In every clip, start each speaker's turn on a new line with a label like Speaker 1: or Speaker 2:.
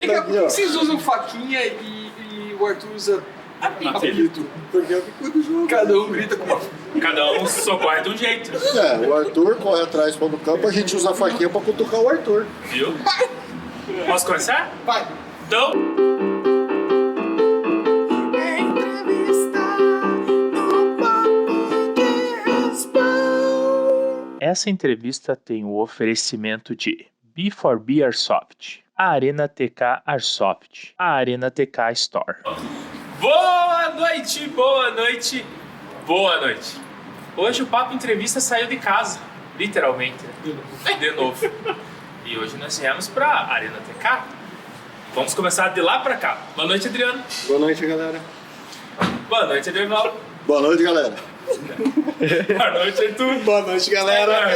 Speaker 1: cá,
Speaker 2: Tá
Speaker 1: por
Speaker 2: aqui,
Speaker 1: que
Speaker 2: ó.
Speaker 1: vocês usam faquinha e, e o Arthur usa apito?
Speaker 2: Porque é o que cuida do jogo.
Speaker 1: Cada um grita com uma
Speaker 3: Cada um socorre de um jeito,
Speaker 2: É, o Arthur corre atrás pra no campo, a gente usa a faquinha pra cutucar o Arthur.
Speaker 3: viu? Posso começar?
Speaker 1: Vai.
Speaker 3: Então,
Speaker 4: Essa entrevista tem o oferecimento de B4B Airsoft, a Arena TK Airsoft, a Arena TK Store.
Speaker 3: boa noite, boa noite, boa noite. Hoje o Papo Entrevista saiu de casa, literalmente, né? de novo. E hoje nós viemos pra Arena TK. Vamos começar de lá pra cá. Boa noite, Adriano.
Speaker 2: Boa noite, galera.
Speaker 3: Boa noite, Adriano.
Speaker 2: Boa noite, galera.
Speaker 3: Boa noite, Arthur.
Speaker 5: Boa noite, galera.
Speaker 1: né?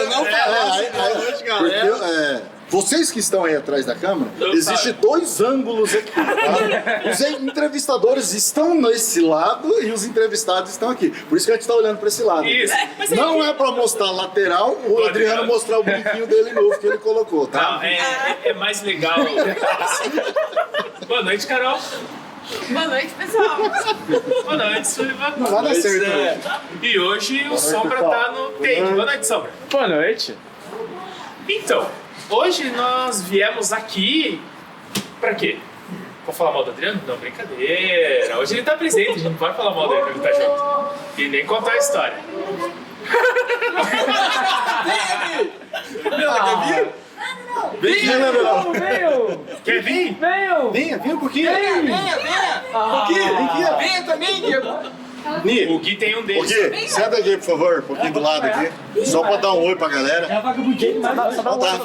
Speaker 5: Eu não
Speaker 2: É,
Speaker 5: falo
Speaker 2: aí-
Speaker 5: assim, boa
Speaker 2: aí-
Speaker 5: noite,
Speaker 2: porque,
Speaker 5: galera.
Speaker 2: é, vocês que estão aí atrás da câmera,
Speaker 3: Eu
Speaker 2: existe
Speaker 3: sabe.
Speaker 2: dois ângulos aqui. tá? Os en- entrevistadores estão nesse lado e os entrevistados estão aqui. Por isso que a gente está olhando para esse lado.
Speaker 3: Isso.
Speaker 2: Não é para mostrar a lateral, o
Speaker 3: Adriano.
Speaker 2: Adriano mostrar o brinquinho dele novo que ele colocou, tá?
Speaker 3: Não, é, é- é mais legal. Boa noite, Carol.
Speaker 6: Boa noite, pessoal.
Speaker 3: Boa noite, Sullivan.
Speaker 2: Vai dar certo.
Speaker 3: E hoje o Sombra
Speaker 2: pessoal.
Speaker 3: tá no take. Boa noite, Sombra.
Speaker 7: Boa noite.
Speaker 3: Então, hoje nós viemos aqui pra quê? Pra falar mal do Adriano? Não, brincadeira. Hoje ele tá presente, a gente não pode falar mal dele quando ele tá junto. E nem contar a história.
Speaker 2: Não, né? não, não, não.
Speaker 3: Quer vir?
Speaker 5: Venha, venha um pouquinho.
Speaker 1: Venha, venha! Aqui, venha, venha também, Diego!
Speaker 3: O Gui tem um
Speaker 2: O
Speaker 3: deles.
Speaker 2: Gui, senta aqui, por favor, um pouquinho do lado aqui. Só pra dar um oi pra galera.
Speaker 7: Tá
Speaker 2: Só tá.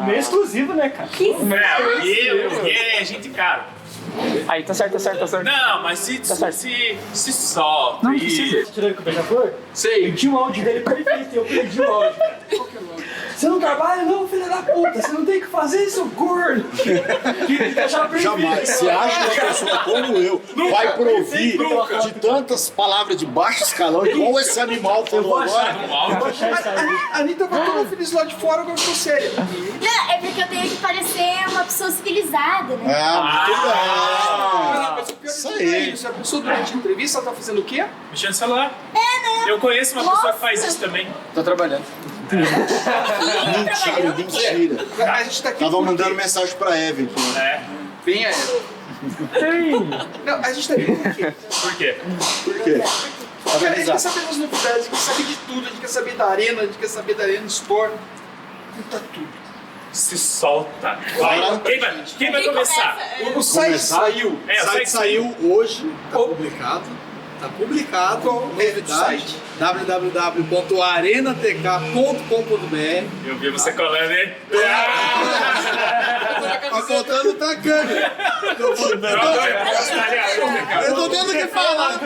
Speaker 7: né? Meio exclusivo, né, cara?
Speaker 3: É, o Gui, o Gui é gente cara.
Speaker 7: Aí, tá certo, tá certo, tá certo.
Speaker 3: Não, mas se, se,
Speaker 7: certo.
Speaker 3: se, se solta.
Speaker 7: Não
Speaker 3: e-
Speaker 7: precisa. Tirando com o beija-flor?
Speaker 1: Sei.
Speaker 7: Perdi o áudio dele perfeito, eu perdi o áudio. Você não trabalha, não, filho da puta? Você não tem o que fazer, seu gordo! Que ele tá achava perfeito.
Speaker 2: Jamais. Se acha uma pessoa como eu vai provir de tantas palavras de baixo escalão, igual esse animal falou agora.
Speaker 3: Um
Speaker 7: Tá
Speaker 3: áudio.
Speaker 1: A Anitta um vai tomar feliz lá de fora, agora eu tô séria.
Speaker 8: Não, é porque eu tenho que parecer uma pessoa civilizada, né?
Speaker 2: Ah,
Speaker 1: Ah, mas o pior de
Speaker 2: isso
Speaker 1: tudo
Speaker 2: aí.
Speaker 1: é isso. A pessoa durante a entrevista ela tá fazendo o quê?
Speaker 3: Mexendo no celular. É, né? Eu conheço uma pessoa que faz isso também.
Speaker 1: Tá trabalhando.
Speaker 2: muito bem. Mentira, mentira.
Speaker 1: A gente tá aqui.
Speaker 2: Tava
Speaker 1: por quê?
Speaker 2: mandando mensagem pra Evelyn.
Speaker 3: É.
Speaker 1: Venha, Eva. Não, a gente tá aqui por quê?
Speaker 3: Por quê?
Speaker 2: Por quê?
Speaker 1: Cara, a gente quer saber das novidades, a gente quer saber de tudo, a gente quer saber da arena, a gente quer saber da arena Store.
Speaker 3: Se solta. Vai.
Speaker 2: Vai.
Speaker 3: Quem vai, quem vai começar?
Speaker 1: O site
Speaker 2: começar?
Speaker 1: saiu.
Speaker 3: É,
Speaker 5: o site saiu hoje, tá publicado. Tá publicado,
Speaker 2: É
Speaker 5: novidade,
Speaker 1: site?
Speaker 5: www.arenatk.com.br
Speaker 3: Eu vi você colando, hein? Ah,
Speaker 5: Tá faltando tá câmera. Eu vou- eu tô- eu tô tendo que falar.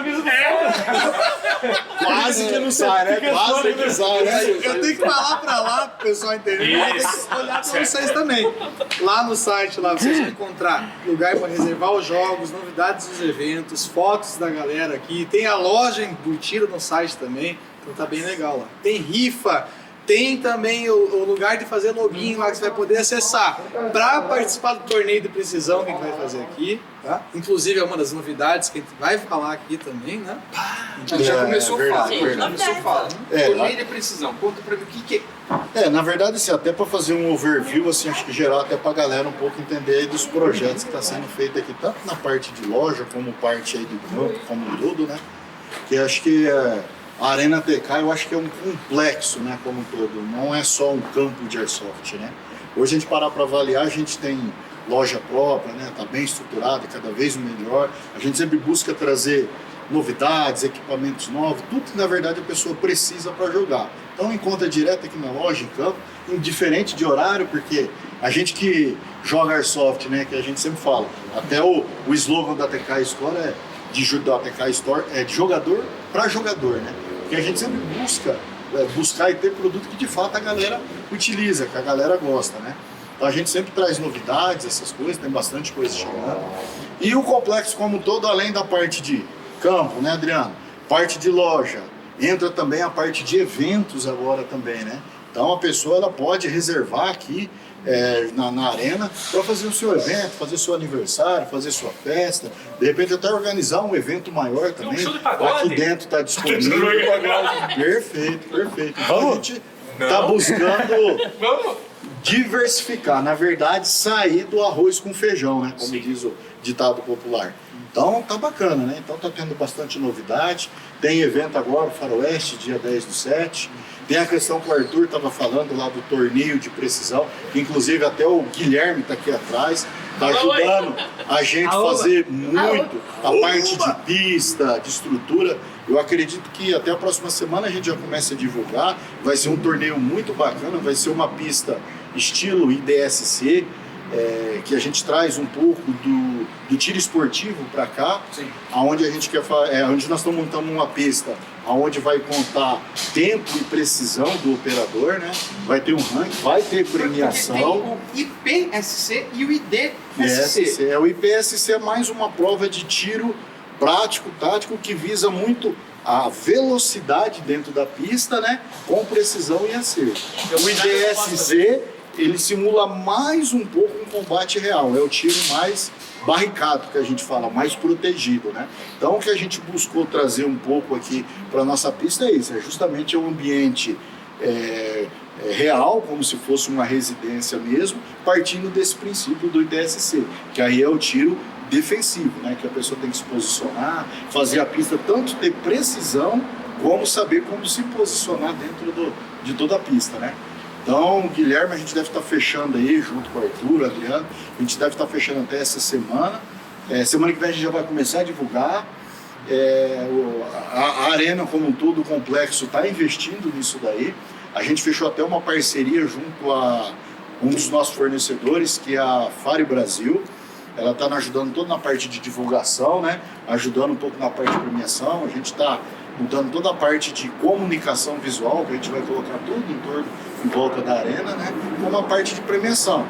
Speaker 2: Quase que não sai, né? Quase que não sai, né?
Speaker 5: Eu tenho que falar pra lá pro pessoal entender, mas eu tenho que olhar pra vocês também. Lá no site, lá vocês vão encontrar lugar pra reservar os jogos, novidades dos eventos, fotos da galera aqui. Tem a loja embutida no site também, então tá bem legal lá. Tem rifa. Tem também o, o lugar de fazer login lá que você vai poder acessar para participar do torneio de precisão que a gente vai fazer aqui, tá? Inclusive é uma das novidades que a gente vai falar aqui também, né?
Speaker 1: A gente já
Speaker 2: É,
Speaker 1: começou a
Speaker 2: verdade,
Speaker 1: falar. Já
Speaker 2: verdade.
Speaker 1: começou a falar.
Speaker 2: É,
Speaker 1: Torneio de precisão. Conta pra mim o que, que é.
Speaker 2: É, na verdade, assim, até para fazer um overview, assim, acho que geral até para a galera um pouco entender aí dos projetos que está sendo feito aqui, tanto na parte de loja, como parte aí do banco, como tudo, né? Que acho que é, a Arena TK, eu acho que é um complexo, né, como um todo. Não é só um campo de airsoft, né? Hoje a gente parar para avaliar, a gente tem loja própria, né? Tá bem estruturada, cada vez melhor. A gente sempre busca trazer novidades, equipamentos novos, tudo que na verdade a pessoa precisa para jogar. Então encontra direto aqui na loja, em campo, indiferente de horário, porque a gente que joga airsoft, né, que a gente sempre fala, até o, o slogan da TK Store é de, ju- da TK Store é de jogador para jogador, né? Porque a gente sempre busca é, buscar e ter produto que de fato a galera utiliza, que a galera gosta, né? Então a gente sempre traz novidades, essas coisas, tem bastante coisa chegando. E o complexo como um todo, além da parte de campo, né, Adriano? Parte de loja. Entra também a parte de eventos agora também, né? Então a pessoa ela pode reservar aqui é, na, na arena para fazer o seu evento, fazer seu aniversário, fazer sua festa, de repente até organizar um evento maior também.
Speaker 3: show de pagode.
Speaker 2: Aqui dentro está tá disponível. perfeito, perfeito. Então a gente está buscando
Speaker 3: Vamos!
Speaker 2: diversificar, na verdade, sair do arroz com feijão, né? Como
Speaker 3: Sim.
Speaker 2: diz o ditado popular. Então tá bacana, né? Então tá tendo bastante novidade. Tem evento agora, Faroeste, dia 10 do 7. Tem a questão que o Arthur estava falando lá do torneio de precisão, que inclusive até o Guilherme está aqui atrás, está ajudando a gente
Speaker 5: Aoba.
Speaker 2: fazer muito a parte de pista, de estrutura. Eu acredito que até a próxima semana a gente já começa a divulgar. Vai ser um torneio muito bacana, vai ser uma pista estilo IDSC, é, que a gente traz um pouco do, do tiro esportivo para cá,
Speaker 5: Sim.
Speaker 2: aonde a gente quer fa- é, onde nós estamos montando uma pista, aonde vai contar tempo e precisão do operador, né? Vai ter um ranking, vai ter premiação.
Speaker 1: Porque tem o IPSC e o IDSC.
Speaker 2: IPSC. É, o IPSC é mais uma prova de tiro prático, tático, que visa muito a velocidade dentro da pista, né? Com precisão e acerto. O IDSC, ele simula mais um pouco um combate real. É o tiro mais barricado, que a gente fala, mais protegido, né? Então, o que a gente buscou trazer um pouco aqui para nossa pista é isso. É justamente o ambiente... é, é, real, como se fosse uma residência mesmo, partindo desse princípio do IDSC, que aí é o tiro defensivo, né? Que a pessoa tem que se posicionar, fazer a pista tanto ter precisão como saber como se posicionar dentro do, de toda a pista, né? Então, Guilherme, a gente deve estar fechando aí, junto com o Arthur, Adriano, a gente deve estar fechando até essa semana. É, semana que vem a gente já vai começar a divulgar. É, o- a, a arena como um todo, o complexo, está investindo nisso daí. A gente fechou até uma parceria junto a um dos nossos fornecedores, que é a Fari Brasil. Ela está ajudando toda na parte de divulgação, né? ajudando um pouco na parte de premiação. A gente está mudando toda a parte de comunicação visual, que a gente vai colocar tudo em torno, em volta da arena, né? como a parte de premiação.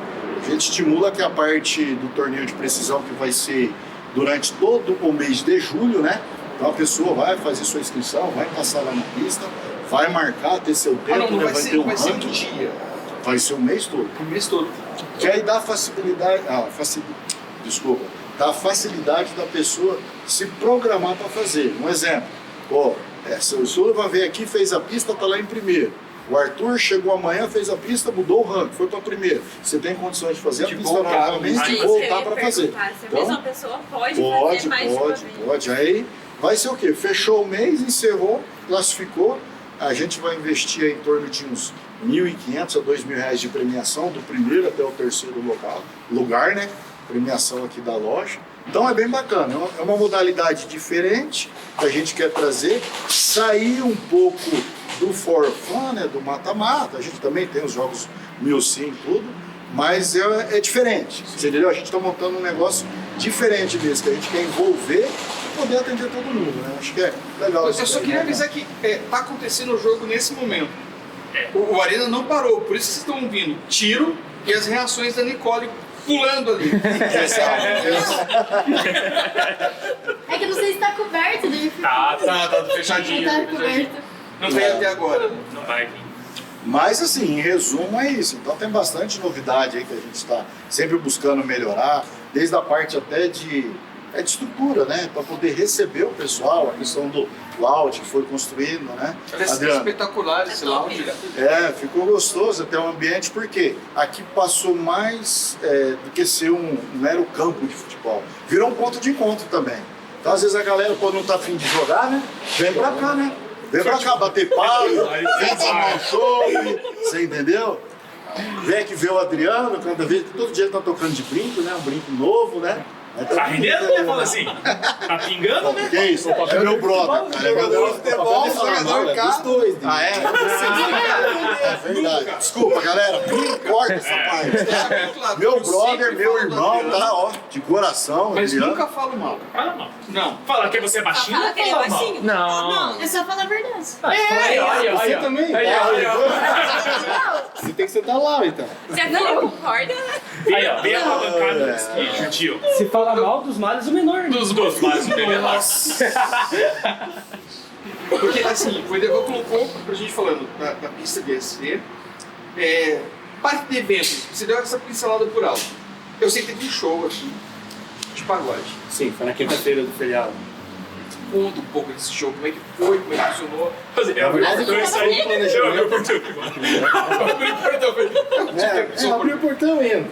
Speaker 2: A gente estimula que a parte do torneio de precisão, que vai ser durante todo o mês de julho, né? Então a pessoa vai fazer sua inscrição, vai passar lá na pista, vai marcar, ter seu tempo,
Speaker 1: Ah, não, não
Speaker 2: né?
Speaker 1: vai,
Speaker 2: vai,
Speaker 1: ser,
Speaker 2: ter
Speaker 1: não
Speaker 2: um
Speaker 1: vai ser um
Speaker 2: ranking,
Speaker 1: dia.
Speaker 2: vai ser o mês todo.
Speaker 1: O mês todo.
Speaker 2: Que aí dá facilidade, ah, faci- desculpa, dá facilidade da pessoa se programar para fazer. Um exemplo, ó, é, se o Silva veio aqui, fez a pista, tá lá em primeiro. O Arthur chegou amanhã, fez a pista, mudou o ranking, foi para primeiro. Você tem condições de fazer
Speaker 1: De
Speaker 2: a pista
Speaker 1: voltar,
Speaker 2: novamente
Speaker 3: Isso
Speaker 2: e
Speaker 3: que
Speaker 6: né? eu ia
Speaker 2: voltar para fazer.
Speaker 6: perguntar, Se a
Speaker 2: Então,
Speaker 6: mesma pessoa pode, fazer
Speaker 2: Pode,
Speaker 6: mais de uma
Speaker 2: pode,
Speaker 6: vez.
Speaker 2: pode. Aí vai ser o quê? Fechou o mês, encerrou, classificou. A gente vai investir aí em torno de uns 1.500 a 2.000 reais de premiação, do primeiro até o terceiro local, lugar, né? Premiação aqui da loja. Então é bem bacana, é uma- é uma modalidade diferente que a gente quer trazer, sair um pouco do for fun, né, do mata-mata, a gente também tem os jogos mil sim e tudo, mas é, é diferente. Você entendeu? A gente está montando um negócio diferente mesmo, que a gente quer envolver e poder atender todo mundo, né? Acho que é legal.
Speaker 1: Eu
Speaker 2: isso
Speaker 1: eu só
Speaker 2: daí,
Speaker 1: queria
Speaker 2: né?
Speaker 1: avisar que é, tá acontecendo o jogo nesse momento. O, o Arena não parou, por isso vocês estão ouvindo tiro e as reações da Nicole pulando ali. É.
Speaker 8: É que eu não sei se tá coberto, né?
Speaker 3: Tá,
Speaker 1: tá, tá
Speaker 8: Não
Speaker 1: fechadinho.
Speaker 8: tá
Speaker 1: fechadinho.
Speaker 8: coberto.
Speaker 1: Não veio até agora.
Speaker 3: Não vai vir.
Speaker 2: Mas assim, em resumo é isso. Então tem bastante novidade aí que a gente está sempre buscando melhorar, desde a parte até de, é de estrutura, né? Para poder receber o pessoal, a questão do lounge que foi construindo, né?
Speaker 1: Tá espetacular esse lounge.
Speaker 2: É, ficou gostoso até o ambiente, porque aqui passou mais é, do que ser um mero campo de futebol. Virou um ponto de encontro também. Então, às vezes, a galera, quando não tá afim de jogar, né? Vem pra cá, né? Vem pra cá bater pau, vem tomar um chope, você entendeu? Vem que vê o Adriano, cada vez, todo dia ele tá tocando de brinco, né? Um brinco novo, né? Aí
Speaker 3: Tá
Speaker 2: tudo
Speaker 3: rendendo, né?
Speaker 2: bem,
Speaker 3: Fala assim. Tá pingando, né?
Speaker 2: Que isso? É meu brother. cara, é meu brother.
Speaker 5: futebol,
Speaker 2: Tá falando
Speaker 5: jogador
Speaker 2: mal, é
Speaker 5: caro.
Speaker 2: Dos dois, né? Ah, é? É verdade. Desculpa, galera. Me corta essa parte. Meu brother, meu irmão, tá? Ó, de coração,
Speaker 1: Mas
Speaker 2: Adriano.
Speaker 1: nunca falo mal.
Speaker 3: Fala mal.
Speaker 1: Não.
Speaker 3: Fala que você é baixinho,
Speaker 6: Fala que ele é
Speaker 3: fala mal.
Speaker 6: baixinho.
Speaker 8: É só falar a verdade.
Speaker 3: Olha, olha,
Speaker 5: Você
Speaker 3: olha.
Speaker 5: também?
Speaker 3: Aí, ó, aí, ó.
Speaker 5: Você tem que sentar lá, então.
Speaker 6: Se a Dani concorda,
Speaker 3: Aí, ó. Bem alavancado
Speaker 2: é.
Speaker 3: nesse aqui, judio.
Speaker 7: Se fala mal dos males, o menor. né?
Speaker 3: Dos dois lados do bebê lá.
Speaker 1: Porque assim, o Edevão colocou pra gente falando da, da pista DSC, é, parte de eventos, você deu essa pincelada por alto. Eu sei que teve um show aqui, de pagode.
Speaker 5: Sim, foi na quinta-feira do feriado.
Speaker 1: Conta um pouco desse show, como é que foi, como é que funcionou.
Speaker 3: Eu vou
Speaker 9: Mas eu
Speaker 3: cortar isso aí. Eu eu vou cortar
Speaker 5: É, é abriu o portão e entra.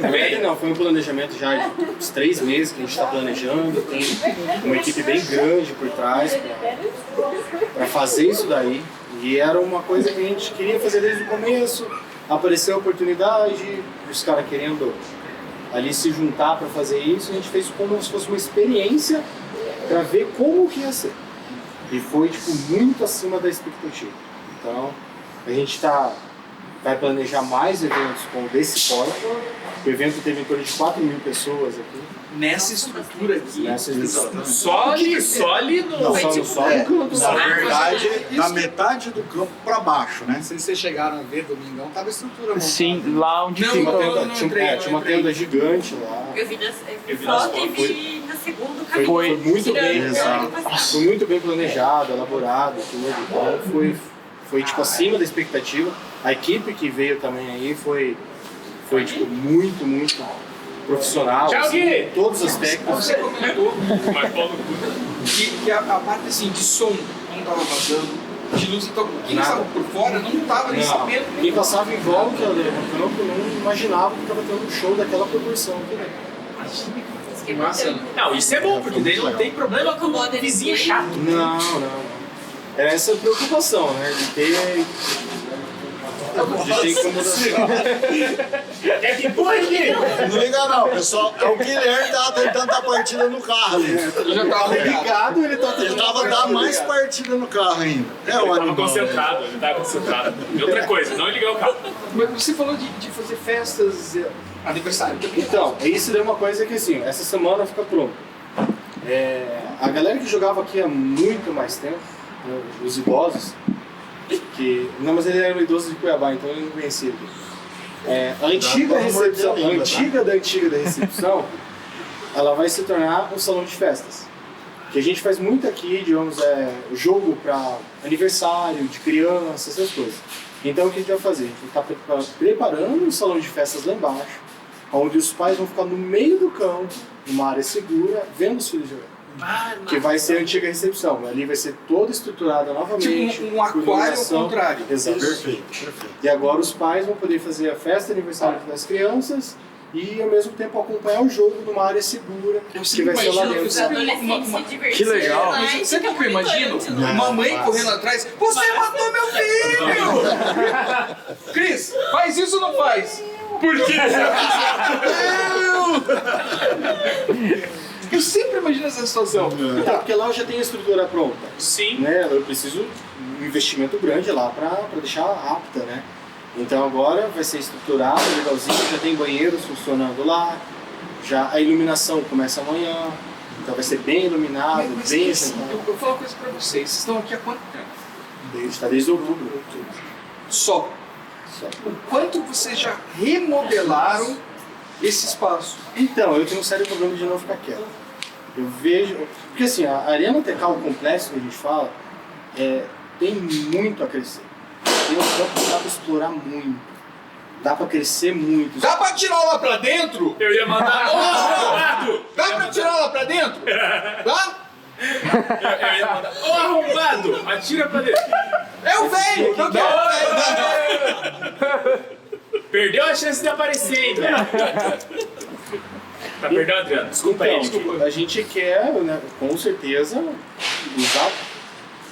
Speaker 5: Na verdade, não, foi um planejamento já de uns três meses que a gente está planejando. Tem uma equipe bem grande por trás para fazer isso daí. E era uma coisa que a gente queria fazer desde o começo. Apareceu a oportunidade, os caras querendo ali se juntar para fazer isso. A gente fez como se fosse uma experiência para ver como que ia ser. E foi tipo muito acima da expectativa. Então, a gente está vai planejar mais eventos como desse porte. O evento teve em torno de 4 mil pessoas aqui.
Speaker 1: Nessa estrutura aqui,
Speaker 5: Nessa tipo edição.
Speaker 3: Só ali, só ali
Speaker 5: Não,
Speaker 3: no
Speaker 5: só no
Speaker 3: Facebook.
Speaker 5: solo.
Speaker 2: Na verdade,
Speaker 5: né?
Speaker 10: isso-
Speaker 2: da metade do campo pra baixo, né?
Speaker 10: Não sei se vocês chegaram a ver, domingão, tava a estrutura montada.
Speaker 11: Sim, lá onde
Speaker 1: Não,
Speaker 11: fica.
Speaker 1: mas eu
Speaker 5: Tinha-
Speaker 1: Então, não
Speaker 5: tinha-
Speaker 1: entrei,
Speaker 5: é,
Speaker 1: não
Speaker 5: Tinha uma
Speaker 1: entrei.
Speaker 5: tenda gigante lá.
Speaker 6: Eu vi nas, eu vi
Speaker 3: Eu vi nas
Speaker 6: foto e
Speaker 3: fotos.
Speaker 6: vi na segunda o
Speaker 5: Foi,
Speaker 6: caminho.
Speaker 5: foi muito
Speaker 6: tirando
Speaker 5: bem,
Speaker 6: pela
Speaker 2: exato.
Speaker 6: passada.
Speaker 5: foi muito bem planejado, elaborado, tudo. Então foi, foi tipo acima da expectativa. A equipe que veio também aí foi, foi tipo, muito, muito profissional.
Speaker 3: Tchau,
Speaker 5: assim,
Speaker 3: Gui!
Speaker 5: em todos os aspectos.
Speaker 1: você comentou
Speaker 3: Mas pau no cu.
Speaker 1: que, que a, a parte assim, de som não estava vazando, de luz, então quem
Speaker 5: Nada.
Speaker 1: estava por fora não estava nem
Speaker 5: Não.
Speaker 1: sabendo.
Speaker 5: Quem passava em volta do campo não imaginava que estava tendo um show daquela proporção.
Speaker 6: Isso que é
Speaker 1: Massa,
Speaker 6: importante.
Speaker 3: Não, isso é bom, porque daí não tem problema com o vizinho chato.
Speaker 5: Não, não. Era essa preocupação, né? De ter. De ter incomodação.
Speaker 3: É que porra, Gui!
Speaker 2: Não liga não, pessoal. É o Guilherme tava tentando dar partida no carro ali.
Speaker 1: Eu já estava ligado.
Speaker 5: Obrigado, ele tá
Speaker 2: Ele tava dando mais partida no carro ainda. É o
Speaker 3: Tava
Speaker 2: animal.
Speaker 3: concentrado, ele tava concentrado. E outra coisa, não ligar o carro.
Speaker 1: Mas você falou de, de fazer festas, eh, aniversário também.
Speaker 5: Então, isso é uma coisa que assim, essa semana fica pronto. É, a galera que jogava aqui há muito mais tempo, né, os idosos, que. Não, mas ele era um idoso de Cuiabá, então ele não conhecia. aqui. É, a antiga
Speaker 2: Dá pra morder
Speaker 5: recepção,
Speaker 2: a língua,
Speaker 5: a
Speaker 2: tá?
Speaker 5: antiga da antiga da recepção, ela vai se tornar um salão de festas. Que a gente faz muito aqui, digamos, é, jogo para aniversário, de criança, essas coisas. Então o que a gente vai fazer? A gente está preparando um salão de festas lá embaixo, onde os pais vão ficar no meio do campo, numa área segura, vendo os filhos jogar.
Speaker 1: Ah,
Speaker 5: Que vai ser a antiga recepção. Ali vai ser toda estruturada novamente.
Speaker 1: Tipo um, um
Speaker 5: com
Speaker 1: aquário ao
Speaker 5: iluminação.
Speaker 1: contrário.
Speaker 5: Exato.
Speaker 2: Perfeito, perfeito.
Speaker 5: E agora os pais vão poder fazer a festa de aniversário das crianças e ao mesmo tempo acompanhar o jogo numa área segura
Speaker 1: Eu
Speaker 5: que
Speaker 1: sempre
Speaker 5: vai ser lá
Speaker 1: imagino
Speaker 5: dentro.
Speaker 6: Os
Speaker 1: sabe?
Speaker 6: adolescentes
Speaker 1: Uma-
Speaker 6: se
Speaker 1: uma-
Speaker 6: divertindo.
Speaker 5: que legal.
Speaker 6: lá,
Speaker 1: Mas
Speaker 6: e
Speaker 1: sabe o que eu
Speaker 6: fica
Speaker 1: imagino?
Speaker 6: gritando.
Speaker 2: Não,
Speaker 1: Mamãe
Speaker 2: mas-
Speaker 1: correndo atrás, você matou meu filho! Cris, faz isso ou não faz? Por quê? Eu sempre imagino essa situação.
Speaker 5: Tá, porque lá eu já tenho a estrutura pronta.
Speaker 3: Sim.
Speaker 5: né, eu preciso um investimento grande lá para deixar apta, né? Então agora vai ser estruturado, legalzinho, já tem banheiros funcionando lá, já a iluminação começa amanhã, então vai ser bem iluminado,
Speaker 1: Mas, mas,
Speaker 5: bem
Speaker 1: assim, eu,
Speaker 5: acertado.
Speaker 1: eu vou falar uma coisa pra vocês. Vocês estão aqui há quanto tempo?
Speaker 5: Está desde outubro.
Speaker 1: Só.
Speaker 5: Só.
Speaker 1: O quanto vocês já remodelaram esse espaço?
Speaker 5: Então, eu tenho um sério problema de não ficar quieto. Eu vejo. Porque assim, a Arena Tecal, o complexo que a gente fala, é, tem muito a crescer. Tem um campo que dá pra explorar muito. Dá pra crescer muito.
Speaker 1: Dá pra tirar lá pra dentro?
Speaker 3: Eu ia mandar. Ô, arrombado!
Speaker 1: Dá pra tirar lá pra dentro? Dá?
Speaker 3: Eu ia mandar. Ô, arrombado! Atira pra dentro.
Speaker 1: É o velho! Não dá, velho! Dá, dá.
Speaker 3: Perdeu a chance de aparecer ainda. Tá perdendo, Adriano. Desculpa aí,
Speaker 5: Então,
Speaker 3: desculpa.
Speaker 5: A gente quer, né, com certeza, usar.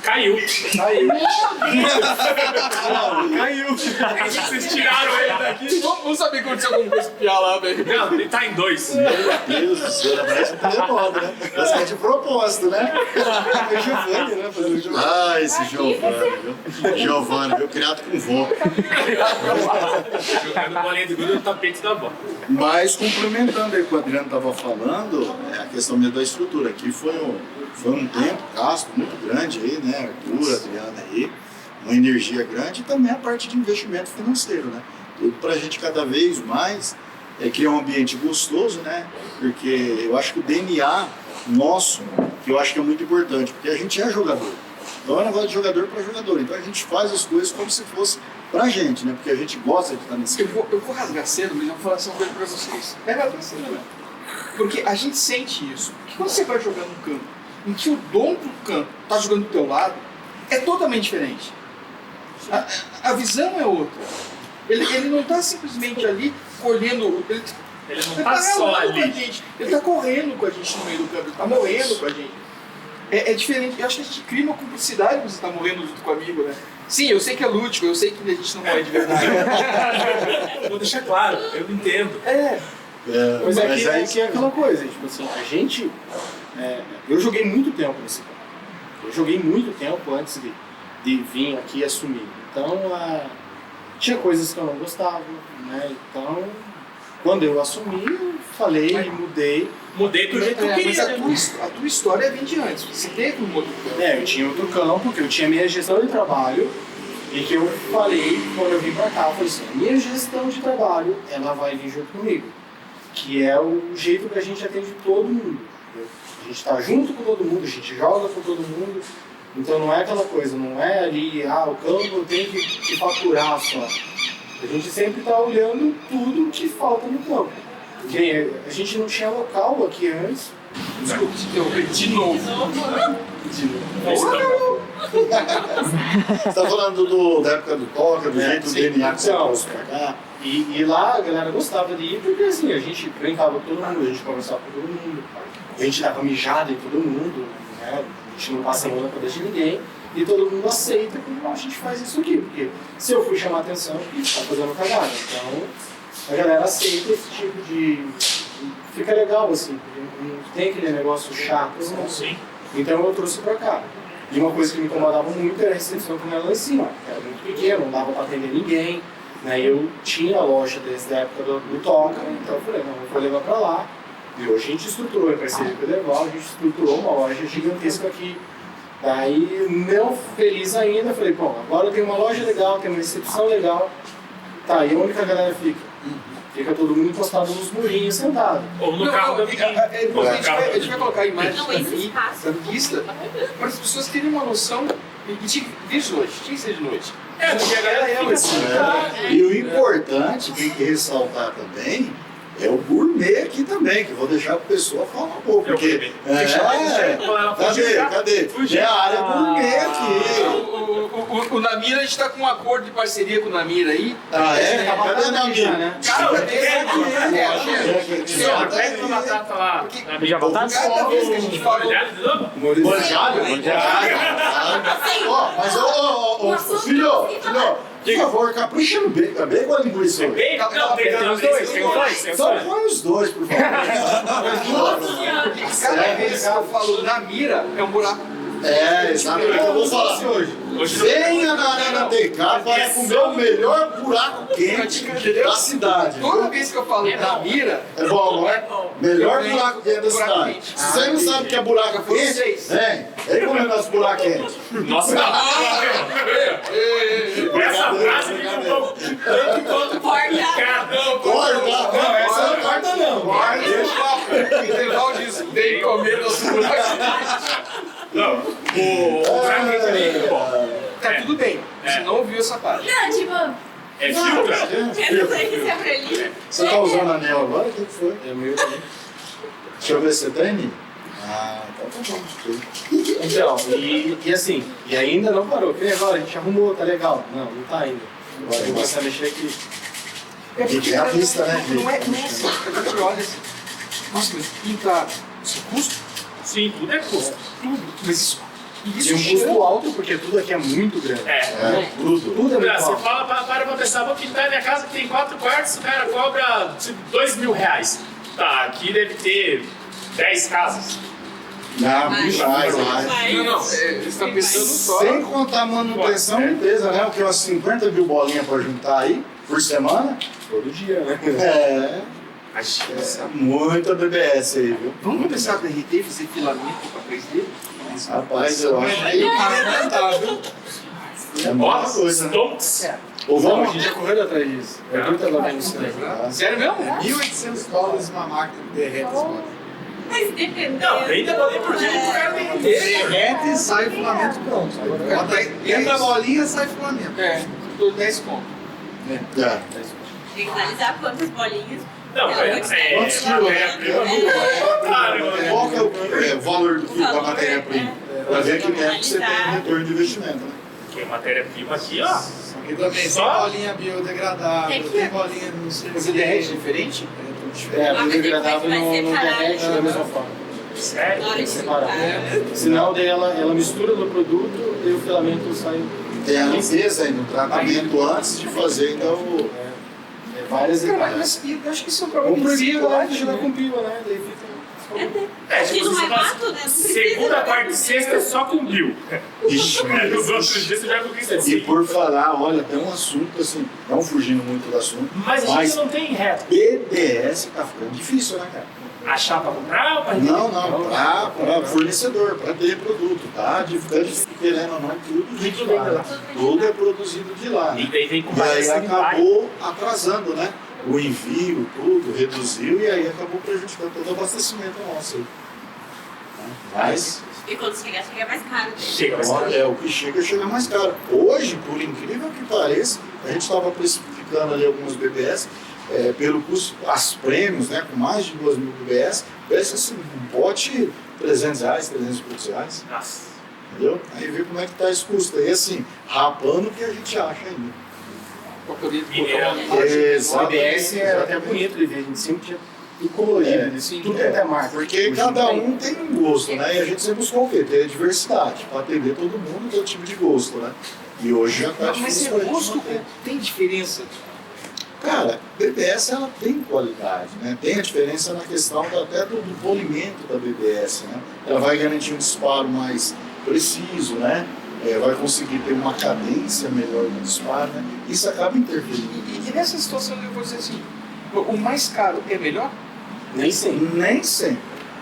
Speaker 3: Caiu.
Speaker 5: Caiu! Não, caiu!
Speaker 3: Vocês tiraram ele daqui.
Speaker 1: Vamos, vamos saber que aconteceu alguma coisa com o Piá lá, velho.
Speaker 3: Não, ele tá em dois.
Speaker 2: Meu Deus do céu, parece um telemodo, né? Parece que é de propósito, né?
Speaker 5: O Giovanni, né? Fazendo o Giovanni.
Speaker 2: Ah, esse Giovanni, viu? Giovanni, viu? Criado com vó.
Speaker 3: Jogando bolinha de gude no tapete da avó.
Speaker 2: Mas complementando aí o que o Adriano estava falando, é a questão mesmo da estrutura, que foi um, foi um tempo, gasto muito grande aí, né? Arthur, Adriana aí, uma energia grande e também a parte de investimento financeiro, né? Tudo para a gente cada vez mais é, criar um ambiente gostoso, né? Porque eu acho que o DNA nosso, que eu acho que é muito importante, porque a gente é jogador. Então é um negócio de jogador para jogador. Então a gente faz as coisas como se fosse pra gente, né? Porque a gente gosta de estar nesse
Speaker 1: Eu vou, eu vou rasgar cedo, mas eu vou falar assim uma coisa pra vocês. É rasgar cedo mesmo. Porque a gente sente isso. Porque quando você vai jogando um campo, em que o dom do campo tá jogando do teu lado, é totalmente diferente. A, a visão é outra. Ele, ele não tá simplesmente ali colhendo. Ele,
Speaker 3: Ele não
Speaker 1: ele
Speaker 3: tá
Speaker 1: tá
Speaker 3: só
Speaker 1: ralando com a
Speaker 3: ali.
Speaker 1: gente. Ele tá correndo com a gente no meio do campo. Ele tá morrendo com a gente. É, é diferente. Eu acho que a gente cria uma cumplicidade quando você tá morrendo junto com o amigo, né? Sim, eu sei que é lúdico, eu sei que a gente não morre de verdade.
Speaker 3: Vou deixar claro, eu entendo.
Speaker 1: É.
Speaker 2: É,
Speaker 7: Mas, é, que,
Speaker 2: aí
Speaker 7: é que é aquela coisa, tipo assim, a gente. é, eu joguei muito tempo nesse campo. Eu joguei muito tempo antes de, de vir aqui e assumir. Então, ah, tinha coisas que eu não gostava, né? Então, quando eu assumi, eu falei e mudei.
Speaker 3: Mudei do jeito que eu
Speaker 1: É, mas
Speaker 3: queria.
Speaker 1: a
Speaker 3: né?
Speaker 1: tua, his- a tua história vem de antes. Você teve um outro campo.
Speaker 7: É, eu tinha outro campo, que eu tinha minha gestão de trabalho, e que eu falei quando eu vim pra cá, eu falei assim, a minha gestão de trabalho, ela vai vir junto comigo. Que é o jeito que a gente atende todo mundo. entendeu? A gente tá junto com todo mundo, a gente joga com todo mundo. Então não é aquela coisa, não é ali, ah, o campo tem que, que faturar só. A gente sempre tá olhando tudo que falta no campo. Porque a gente não tinha local aqui antes.
Speaker 1: Desculpa, te interromper de novo.
Speaker 2: Você tá falando do- da época do toca, do
Speaker 7: É,
Speaker 2: jeito né? do
Speaker 7: sim,
Speaker 2: DNA que você
Speaker 7: então.
Speaker 2: trouxe pra cá.
Speaker 7: E, e lá a galera gostava de ir porque assim, a gente brincava com todo mundo, a gente conversava com todo mundo, a gente dava mijada em todo mundo, né? a gente não passa a mão na cabeça de ninguém, e todo mundo aceita que "Não, a gente faz isso aqui, porque se eu fui chamar atenção, é porque tá fazendo cagada. Então a galera aceita esse tipo de. Fica legal assim, porque não tem aquele negócio chato, sabe?
Speaker 3: Sim.
Speaker 7: Então eu trouxe pra cá. E uma coisa que me incomodava muito era a recepção como era lá em cima. Era muito pequeno, não dava pra atender ninguém. Né? Eu tinha a loja desde a época do, do Toca, então eu falei, não, eu vou levar pra lá. E hoje a gente estruturou, em parceria com o Derval, a gente estruturou uma loja gigantesca aqui. Daí, não feliz ainda, eu falei, bom, agora tem uma loja legal, tem uma recepção legal. Tá, e onde que a galera fica? Fica todo mundo encostado nos murinhos, sentado.
Speaker 3: Ou no
Speaker 1: Não,
Speaker 3: carro
Speaker 1: não,
Speaker 3: do
Speaker 1: é-
Speaker 3: amiguinho.
Speaker 1: é- é-
Speaker 3: Ou
Speaker 1: a, gente vai, a
Speaker 3: no carro do
Speaker 1: gente vai
Speaker 3: amiguinho.
Speaker 1: colocar a imagem
Speaker 6: Não,
Speaker 1: da
Speaker 6: esse
Speaker 1: vi-
Speaker 6: espaço. é
Speaker 1: da vista para as pessoas terem uma noção de de- de noite, tinha que ser de noite.
Speaker 3: É, porque a galera
Speaker 1: Ela é
Speaker 3: fica
Speaker 1: esse,
Speaker 3: sentada.
Speaker 2: É. E o importante, tem que ressaltar também, é o gourmet aqui também, que eu vou deixar o pessoal falar um pouco.
Speaker 3: É o
Speaker 2: Porque,
Speaker 3: gourmet.
Speaker 2: é,
Speaker 3: Ela
Speaker 2: cadê?
Speaker 3: fugiu.
Speaker 2: Cadê?
Speaker 3: Fugiu.
Speaker 2: É a área gourmet
Speaker 7: Ah.
Speaker 1: O,
Speaker 2: aqui.
Speaker 1: o- o- o Namira, a gente está com um acordo de parceria com o Namira aí. Né?
Speaker 2: Ah, é? Cadê a
Speaker 7: Já,
Speaker 2: Namira?
Speaker 7: né?
Speaker 3: Cara, eu
Speaker 1: É,
Speaker 3: tenho.
Speaker 1: é, é, é.
Speaker 3: Senhora, pega uma batata lá. na minha-
Speaker 4: Já voltaram?
Speaker 1: Cada vez que a gente fala. né?
Speaker 3: Olhada de novo?
Speaker 2: Manjado? Ó, mas ô, ô, ô, ô, filho, filho, por favor, capricha no bacon, é bacon ou linguiça? hoje?
Speaker 3: Bem, Não, tem
Speaker 1: Tem
Speaker 3: os dois, tem os dois, tem os
Speaker 2: Então
Speaker 3: dois.
Speaker 2: põe os dois, por favor.
Speaker 1: Cada vez que eu falo Namira, é um buraco.
Speaker 2: É, exatamente. Eu vou falar.
Speaker 3: Hoje não-
Speaker 2: Venha na Arena TK para comer o melhor buraco quente da cidade.
Speaker 1: Toda vez que eu falo Namira,
Speaker 2: Tá. É bom, não é? Melhor buraco quente da
Speaker 1: Buraco
Speaker 2: cidade.
Speaker 1: quente.
Speaker 2: Se você não sabe o que é buraco
Speaker 1: Foi
Speaker 2: quente,
Speaker 1: seis.
Speaker 2: vem. Vem comer nosso buraco quente.
Speaker 3: Nossa,
Speaker 1: é,
Speaker 3: essa frase ficou tanto quanto complicada.
Speaker 2: Corta! Não, essa não corta não.
Speaker 1: Interval disso, tem que comer nos buracos.
Speaker 3: Não, o, o buraco é bem bom.
Speaker 1: Tá tudo bem,
Speaker 3: É.
Speaker 1: você não ouviu essa parte.
Speaker 8: Não, tipo,
Speaker 3: É filtra?
Speaker 8: essa daí
Speaker 6: é
Speaker 8: que você abre ali.
Speaker 2: Você tá usando anel agora? O que que foi?
Speaker 7: É meu.
Speaker 2: Deixa eu ver se você tem. Nini. Ah, tá bom.
Speaker 7: Então, e, e assim, e ainda não parou. Que legal, a gente arrumou, tá legal. Não, não tá ainda. Agora eu vou começar a mexer aqui.
Speaker 2: E tem a pista, né?
Speaker 1: Não não é não é assim, a gente olha assim. Nossa, mas tá- pintar isso custa?
Speaker 3: Sim, tudo é custo.
Speaker 1: Tudo. Mas isso. e
Speaker 7: E
Speaker 1: Isso
Speaker 7: um
Speaker 1: cheira.
Speaker 7: custo alto, porque tudo aqui é muito grande.
Speaker 3: É.
Speaker 2: É, tudo.
Speaker 7: Tudo é muito
Speaker 3: Você
Speaker 7: alto.
Speaker 3: fala, pa- para pra pensar, vou pintar minha casa que tem quatro quartos, o cara cobra tipo dois mil reais. Tá, aqui deve ter 10 casas.
Speaker 2: Não,
Speaker 6: Mas-
Speaker 2: muito mais, mais.
Speaker 6: Mas-
Speaker 1: Não, não, é, você está pensando só.
Speaker 2: Sem contar a manutenção e limpeza, né? O que umas 50 mil bolinhas pra juntar aí por semana?
Speaker 7: Todo dia, né?
Speaker 2: É,
Speaker 3: Imagina.
Speaker 2: essa é muita BBS aí, viu?
Speaker 1: Vamos começar a derreter e fazer filamento para 3D?
Speaker 2: Rapaz, eu acho que
Speaker 1: né?
Speaker 2: é muita
Speaker 3: Ó,
Speaker 2: coisa, né?
Speaker 3: stonks.
Speaker 2: Ou
Speaker 7: Não, a
Speaker 2: vamos
Speaker 7: gente já correu atrás disso. É muita lá no cinema.
Speaker 1: Sério mesmo?
Speaker 5: 1.800 dólares uma máquina que derrete as bolas.
Speaker 6: Mas dependendo.
Speaker 3: Não, ainda bolei por dia pro cara derreter.
Speaker 5: Derrete e sai o filamento pronto. Bota aí, entra a bolinha, sai o filamento.
Speaker 1: É. do 10 conto.
Speaker 2: É.
Speaker 6: Tem que analisar quantas bolinhas.
Speaker 3: Não,
Speaker 6: ela
Speaker 3: é-
Speaker 6: gosta.
Speaker 3: é-
Speaker 2: Quantos quilos é?
Speaker 3: Claro,
Speaker 2: Qual que é o é, valor do quilo da
Speaker 6: é,
Speaker 2: matéria-prima?
Speaker 6: né?
Speaker 2: Pra ver que tempo que você tem um retorno de investimento, né?
Speaker 3: que matéria-prima aqui, ó.
Speaker 5: E também,
Speaker 3: Só?
Speaker 5: tem bolinha biodegradável,
Speaker 1: É
Speaker 8: Tem que-
Speaker 5: tem bolinha não sei o
Speaker 1: Você
Speaker 5: quê.
Speaker 1: derrete diferente?
Speaker 5: É, tudo diferente.
Speaker 7: É,
Speaker 6: Ah, mas
Speaker 7: biodegradável
Speaker 6: depois
Speaker 7: não,
Speaker 6: vai
Speaker 7: não
Speaker 6: separar,
Speaker 7: derrete
Speaker 6: né?
Speaker 7: da mesma forma.
Speaker 3: Sério?
Speaker 6: Na hora de
Speaker 7: Separado.
Speaker 6: juntar.
Speaker 7: Senão daí ela, ela mistura no produto e o filamento sai.
Speaker 2: Tem a limpeza ainda, o tratamento antes de fazer, então. o-
Speaker 7: É, várias
Speaker 1: Cara, mas,
Speaker 7: etapas.
Speaker 1: mas eu acho que isso é um
Speaker 7: Ou
Speaker 1: problema
Speaker 7: proibiu, né?
Speaker 1: psicológico,
Speaker 7: Tirar
Speaker 1: né?
Speaker 7: com bio, né? Daí fica.
Speaker 3: É,
Speaker 6: Aqui
Speaker 3: tipo,
Speaker 6: não
Speaker 3: você
Speaker 6: é
Speaker 3: faz
Speaker 6: mato, né? Não precisa
Speaker 3: segunda,
Speaker 6: jogar
Speaker 3: quarta
Speaker 6: no
Speaker 3: e sexta só com Bill.
Speaker 2: Ixi,
Speaker 3: É,
Speaker 2: mas-
Speaker 3: Nos outros dias você já com
Speaker 2: E
Speaker 3: 15
Speaker 2: por falar, olha, tem um assunto assim, não fugindo muito do assunto,
Speaker 3: Mas a gente
Speaker 2: Mas-
Speaker 3: não tem reto.
Speaker 2: BDS tá ficando difícil, né, cara?
Speaker 3: Achar pra comprar ou pra
Speaker 2: Não, não, pra, pra fornecedor, pra ter produto, tá? De, tá de- querendo ou não, tudo de
Speaker 3: Tudo vem de lá.
Speaker 2: lá. Tudo é produzido de lá.
Speaker 3: E
Speaker 2: Né?
Speaker 3: daí vem com
Speaker 2: E aí
Speaker 3: parecido.
Speaker 2: acabou atrasando, né? O envio, tudo, reduziu e aí acabou prejudicando todo o abastecimento nosso. aí. Né? Mas,
Speaker 6: E quando chegar, chega mais caro. né?
Speaker 3: Chega, mas
Speaker 2: olha, o que chega, chega mais caro. Hoje, por incrível que pareça, a gente estava precificando ali alguns BBS, é, pelo custo, as prêmios, né? Com mais de 2 mil BBS, parece assim, um pote 300 reais, 300 reais.
Speaker 3: Nossa.
Speaker 2: Entendeu? Aí vê como é que tá esse custo. Aí assim, rapando o que a gente acha ainda.
Speaker 1: Pra poder
Speaker 3: Mineiro.
Speaker 1: É.
Speaker 7: O ABS era é até bonito de ver, a gente sempre tinha tudo colorido,
Speaker 2: É,
Speaker 7: né?
Speaker 1: sim.
Speaker 7: tudo quanto é marca.
Speaker 2: Porque
Speaker 7: Hoje
Speaker 2: cada
Speaker 7: não tem.
Speaker 2: um tem um gosto, né? E a gente sempre buscou o quê? Ter diversidade, para atender todo mundo, todo tipo de gosto, né? E hoje já tá
Speaker 1: Não, Mas
Speaker 2: difícil
Speaker 1: é
Speaker 2: pra gente
Speaker 1: gosto
Speaker 2: manter.
Speaker 1: tem diferença.
Speaker 2: Cara, BBS ela tem qualidade, né? Tem a diferença na questão da- até do, do polimento da BBS, né? Ela vai garantir um disparo mais preciso, né? É, vai conseguir ter uma cadência melhor no disparo, né? Isso acaba
Speaker 1: E,
Speaker 2: interferindo.
Speaker 1: e- e nessa situação eu vou dizer assim, o o mais caro é melhor?
Speaker 7: Nem sempre,
Speaker 2: Nem sempre.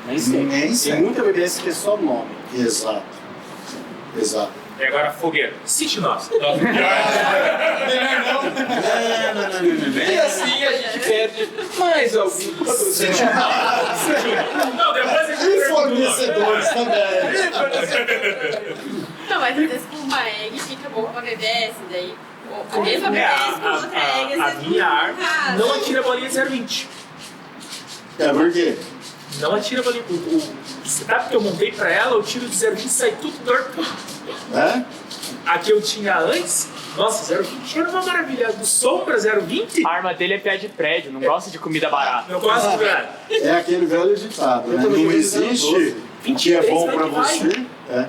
Speaker 7: nem sempre.
Speaker 2: Nem
Speaker 7: Tem
Speaker 2: sempre.
Speaker 7: muita BBS que é só nome.
Speaker 2: Exato. Exato.
Speaker 3: E agora fogueira. Cite nós. Nós-
Speaker 2: Não, não, não, não, não.
Speaker 1: E assim a gente perde mais alguém.
Speaker 3: Não, depois a gente
Speaker 2: E
Speaker 3: pergunta o nome.
Speaker 2: fornecedores também.
Speaker 6: Não, mas às vezes com uma egg fica bom pra BBS, daí. ou A mesma
Speaker 3: É, a-
Speaker 6: BBS com outra
Speaker 3: a- a
Speaker 6: egg, às vezes.
Speaker 3: minha arte
Speaker 6: muito caro.
Speaker 3: Não atira a bolinha 020.
Speaker 2: É porque
Speaker 3: Não atira a bolinha. O, o, o setup que eu montei pra ela, o tiro de 020 sai tudo torto.
Speaker 2: né?
Speaker 3: A que eu tinha antes, nossa, 020 era uma maravilha. Do som pra 020?
Speaker 12: A arma dele é pé de prédio, não gosta de comida barata.
Speaker 3: Não gosto, velho.
Speaker 2: É aquele velho ditado,
Speaker 7: Eu
Speaker 2: né?
Speaker 7: também
Speaker 2: Não
Speaker 7: tô
Speaker 2: existe o que é bom pra você. é.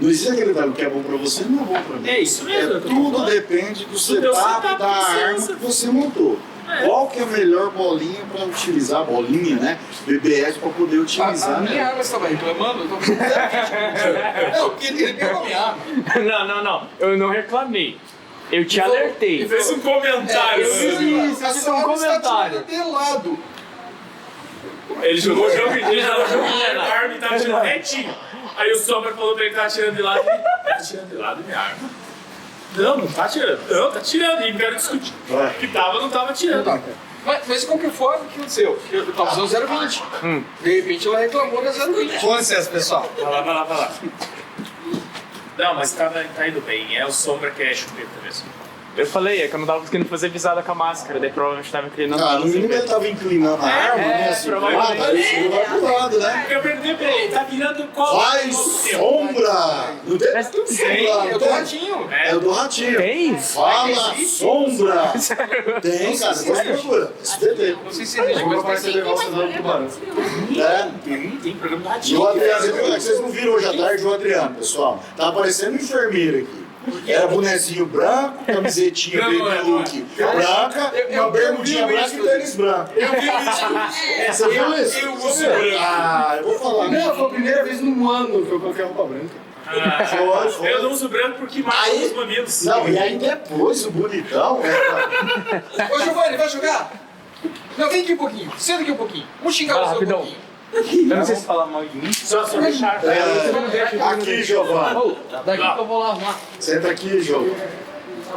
Speaker 2: Não existe aquele velho que é bom pra você, não é bom pra mim.
Speaker 3: É isso mesmo. eu tô
Speaker 2: Tudo
Speaker 3: falando.
Speaker 2: depende do
Speaker 3: teu
Speaker 2: setup
Speaker 3: setup,
Speaker 2: da
Speaker 3: do seu
Speaker 2: arma que
Speaker 3: setup.
Speaker 2: você montou.
Speaker 3: É.
Speaker 2: Qual que é a melhor bolinha pra utilizar, bolinha, né? BBS pra
Speaker 1: A,
Speaker 2: poder
Speaker 1: Ah, a
Speaker 2: utilizar,
Speaker 1: minha
Speaker 2: né?
Speaker 1: arma estava reclamando, eu tava Não, porque ele pegou a minha arma.
Speaker 12: não, não, não. Eu não reclamei. Eu te alertei.
Speaker 3: Ele fez um comentário.
Speaker 1: É, Eu vi
Speaker 12: isso,
Speaker 1: a
Speaker 12: isso é
Speaker 1: sua
Speaker 12: um
Speaker 1: arma está
Speaker 12: comentário.
Speaker 1: tirada de lado.
Speaker 3: Ele jogou o jogo inteiro, ele jogou o jogo inteiro, a arma e tava atirando retinho. Aí o Sombra falou pra ele que tava atirando de lado. Ele tá atirando de lado minha arma. Não, não tá atirando. Não, tá atirando. E quero discutir.
Speaker 2: Vai. Então,
Speaker 3: Que tava, não tava atirando.
Speaker 1: Mas, mas de qualquer forma, o que aconteceu? Eu, eu tava
Speaker 3: Ah,
Speaker 1: usando 020.
Speaker 3: tá.
Speaker 12: Hum.
Speaker 1: De repente ela reclamou da 020.
Speaker 5: Com licença, pessoal.
Speaker 3: Vai lá, vai lá, vai lá. Não, mas tá, tá indo bem. É o Sombra que é chupeta mesmo.
Speaker 12: Eu falei, é que eu não tava conseguindo fazer visada com a máscara, daí provavelmente tava inclinando.
Speaker 2: Ah, no mínimo ele tava inclinando a arma, né? Assim, pro lado,
Speaker 12: provavelmente.
Speaker 2: ele vai pro lado, né?
Speaker 3: É Eu perdi pra ele. Tá virando qual?
Speaker 2: Vai, sombra! Não tem
Speaker 12: Mas tudo
Speaker 1: Tem, eu tô
Speaker 2: Tem.
Speaker 1: ratinho.
Speaker 2: É o do ratinho.
Speaker 12: Tem?
Speaker 2: Fala, sombra! Tem, cara, depois procura. SBT.
Speaker 1: Não sei se existe, mas
Speaker 7: Agora
Speaker 1: vai
Speaker 7: vai
Speaker 1: ser.
Speaker 7: ser legal você
Speaker 6: é
Speaker 7: dar um tubarão.
Speaker 2: Né?
Speaker 3: Tem, tem programa do
Speaker 2: E o
Speaker 3: Ratinho.
Speaker 2: Adriano, vocês não viram hoje à tarde o Adriano, pessoal? Tá aparecendo um enfermeiro aqui. Era bonezinho branco, camisetinha
Speaker 3: Não,
Speaker 2: baby
Speaker 3: não é, não é.
Speaker 2: look branca,
Speaker 1: Eu- eu-
Speaker 2: uma bermudinha
Speaker 1: eu vi
Speaker 2: branca
Speaker 1: isso.
Speaker 2: e um tênis branco.
Speaker 1: Eu vi isso.
Speaker 2: É, Você viu isso?
Speaker 1: eu uso
Speaker 2: Ah, eu vou falar.
Speaker 7: Não, foi a primeira vez num ano que eu coloquei roupa branca.
Speaker 2: Foi, foi.
Speaker 3: eu não uso branco porque mata
Speaker 2: Aí-
Speaker 3: os mamilos.
Speaker 2: Não, e aí depois o bonitão, né?
Speaker 1: Ô Giovanni, vai jogar? Não, vem aqui um pouquinho. Senta aqui um pouquinho. Vamos xingar
Speaker 12: Vai
Speaker 1: o
Speaker 12: lá,
Speaker 1: seu um
Speaker 12: rapidão.
Speaker 1: pouquinho.
Speaker 12: Eu não sei se falar mal de mim.
Speaker 3: Só, só deixar.
Speaker 2: É, aqui, Giovanni.
Speaker 1: Daqui que eu vou lá arrumar.
Speaker 2: Senta aqui, Giovanni.
Speaker 3: Tá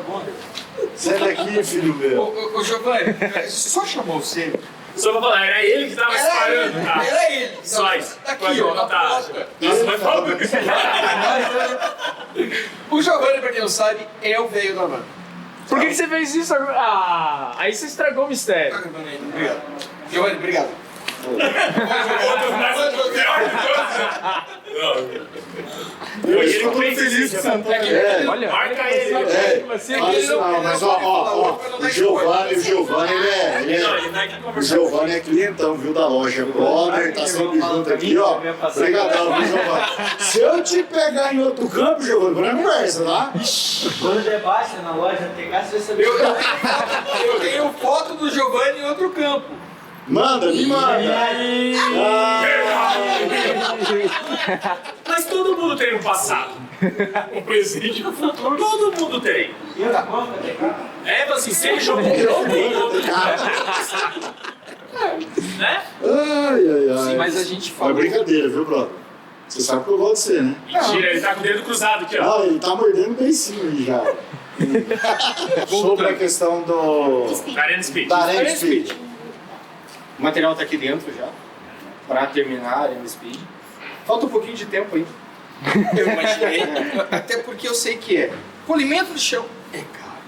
Speaker 2: Senta aqui, filho
Speaker 1: Ô,
Speaker 2: meu.
Speaker 1: ô, ô Giovanni, só chamou você.
Speaker 3: Só pra falar, era ele que tava
Speaker 1: Era
Speaker 3: disparando.
Speaker 1: ele,
Speaker 3: Ah.
Speaker 1: era ele. tá
Speaker 3: Só isso.
Speaker 1: Aqui, ó, na placa.
Speaker 3: Nossa, vai falar.
Speaker 1: O Giovanni, pra quem não sabe, é o velho da van.
Speaker 12: Por que, que você fez isso agora? Ah, aí você estragou o mistério.
Speaker 1: Tá, Obrigado. Giovanni, obrigado.
Speaker 2: Eu estou feliz que sentou aqui. É,
Speaker 12: Olha,
Speaker 3: Marca ele.
Speaker 2: é.
Speaker 12: você
Speaker 2: Ah,
Speaker 1: ele não-
Speaker 2: não,
Speaker 1: ele
Speaker 2: mas
Speaker 1: não
Speaker 2: ó,
Speaker 1: pode falar,
Speaker 2: ó,
Speaker 1: pra não
Speaker 2: ó,
Speaker 1: dar
Speaker 2: o Giovanni, o Giovanni, ele é, ele
Speaker 3: Não,
Speaker 2: é,
Speaker 3: ele vai aqui
Speaker 2: o
Speaker 3: conversar.
Speaker 2: Giovanni é clientão, viu, da loja, brother, tá sempre junto aqui, ó, obrigadão, viu, Giovanni. Se eu te pegar em outro campo, Giovanni, não é conversa, tá?
Speaker 13: Quando der baixa na loja, TK, você vai saber.
Speaker 1: Eu, eu, tenho foto- eu tenho foto do Giovanni em outro campo.
Speaker 2: Manda, me manda.
Speaker 3: Mas todo mundo tem um passado. Um presente e um futuro. Todo mundo tem.
Speaker 13: Eu da conta, TK?
Speaker 3: É, mas assim, seja um ou tem outro. Né?
Speaker 2: Ai, ai, ai.
Speaker 1: Mas a gente
Speaker 2: É
Speaker 1: fala.
Speaker 2: brincadeira, viu, brother? Você sabe que eu gosto de você, né?
Speaker 3: Mentira, ele tá com o dedo cruzado aqui, ó.
Speaker 2: Não, ele tá mordendo bem cima aí já. Sobre a questão do...
Speaker 8: Speed.
Speaker 3: Na Arena é Speed.
Speaker 2: Da Arena Speed.
Speaker 7: O material tá aqui dentro já, pra terminar a Arena Speed. Falta um pouquinho de tempo aí.
Speaker 1: Eu imaginei. Até porque eu sei que é. Polimento do chão é caro.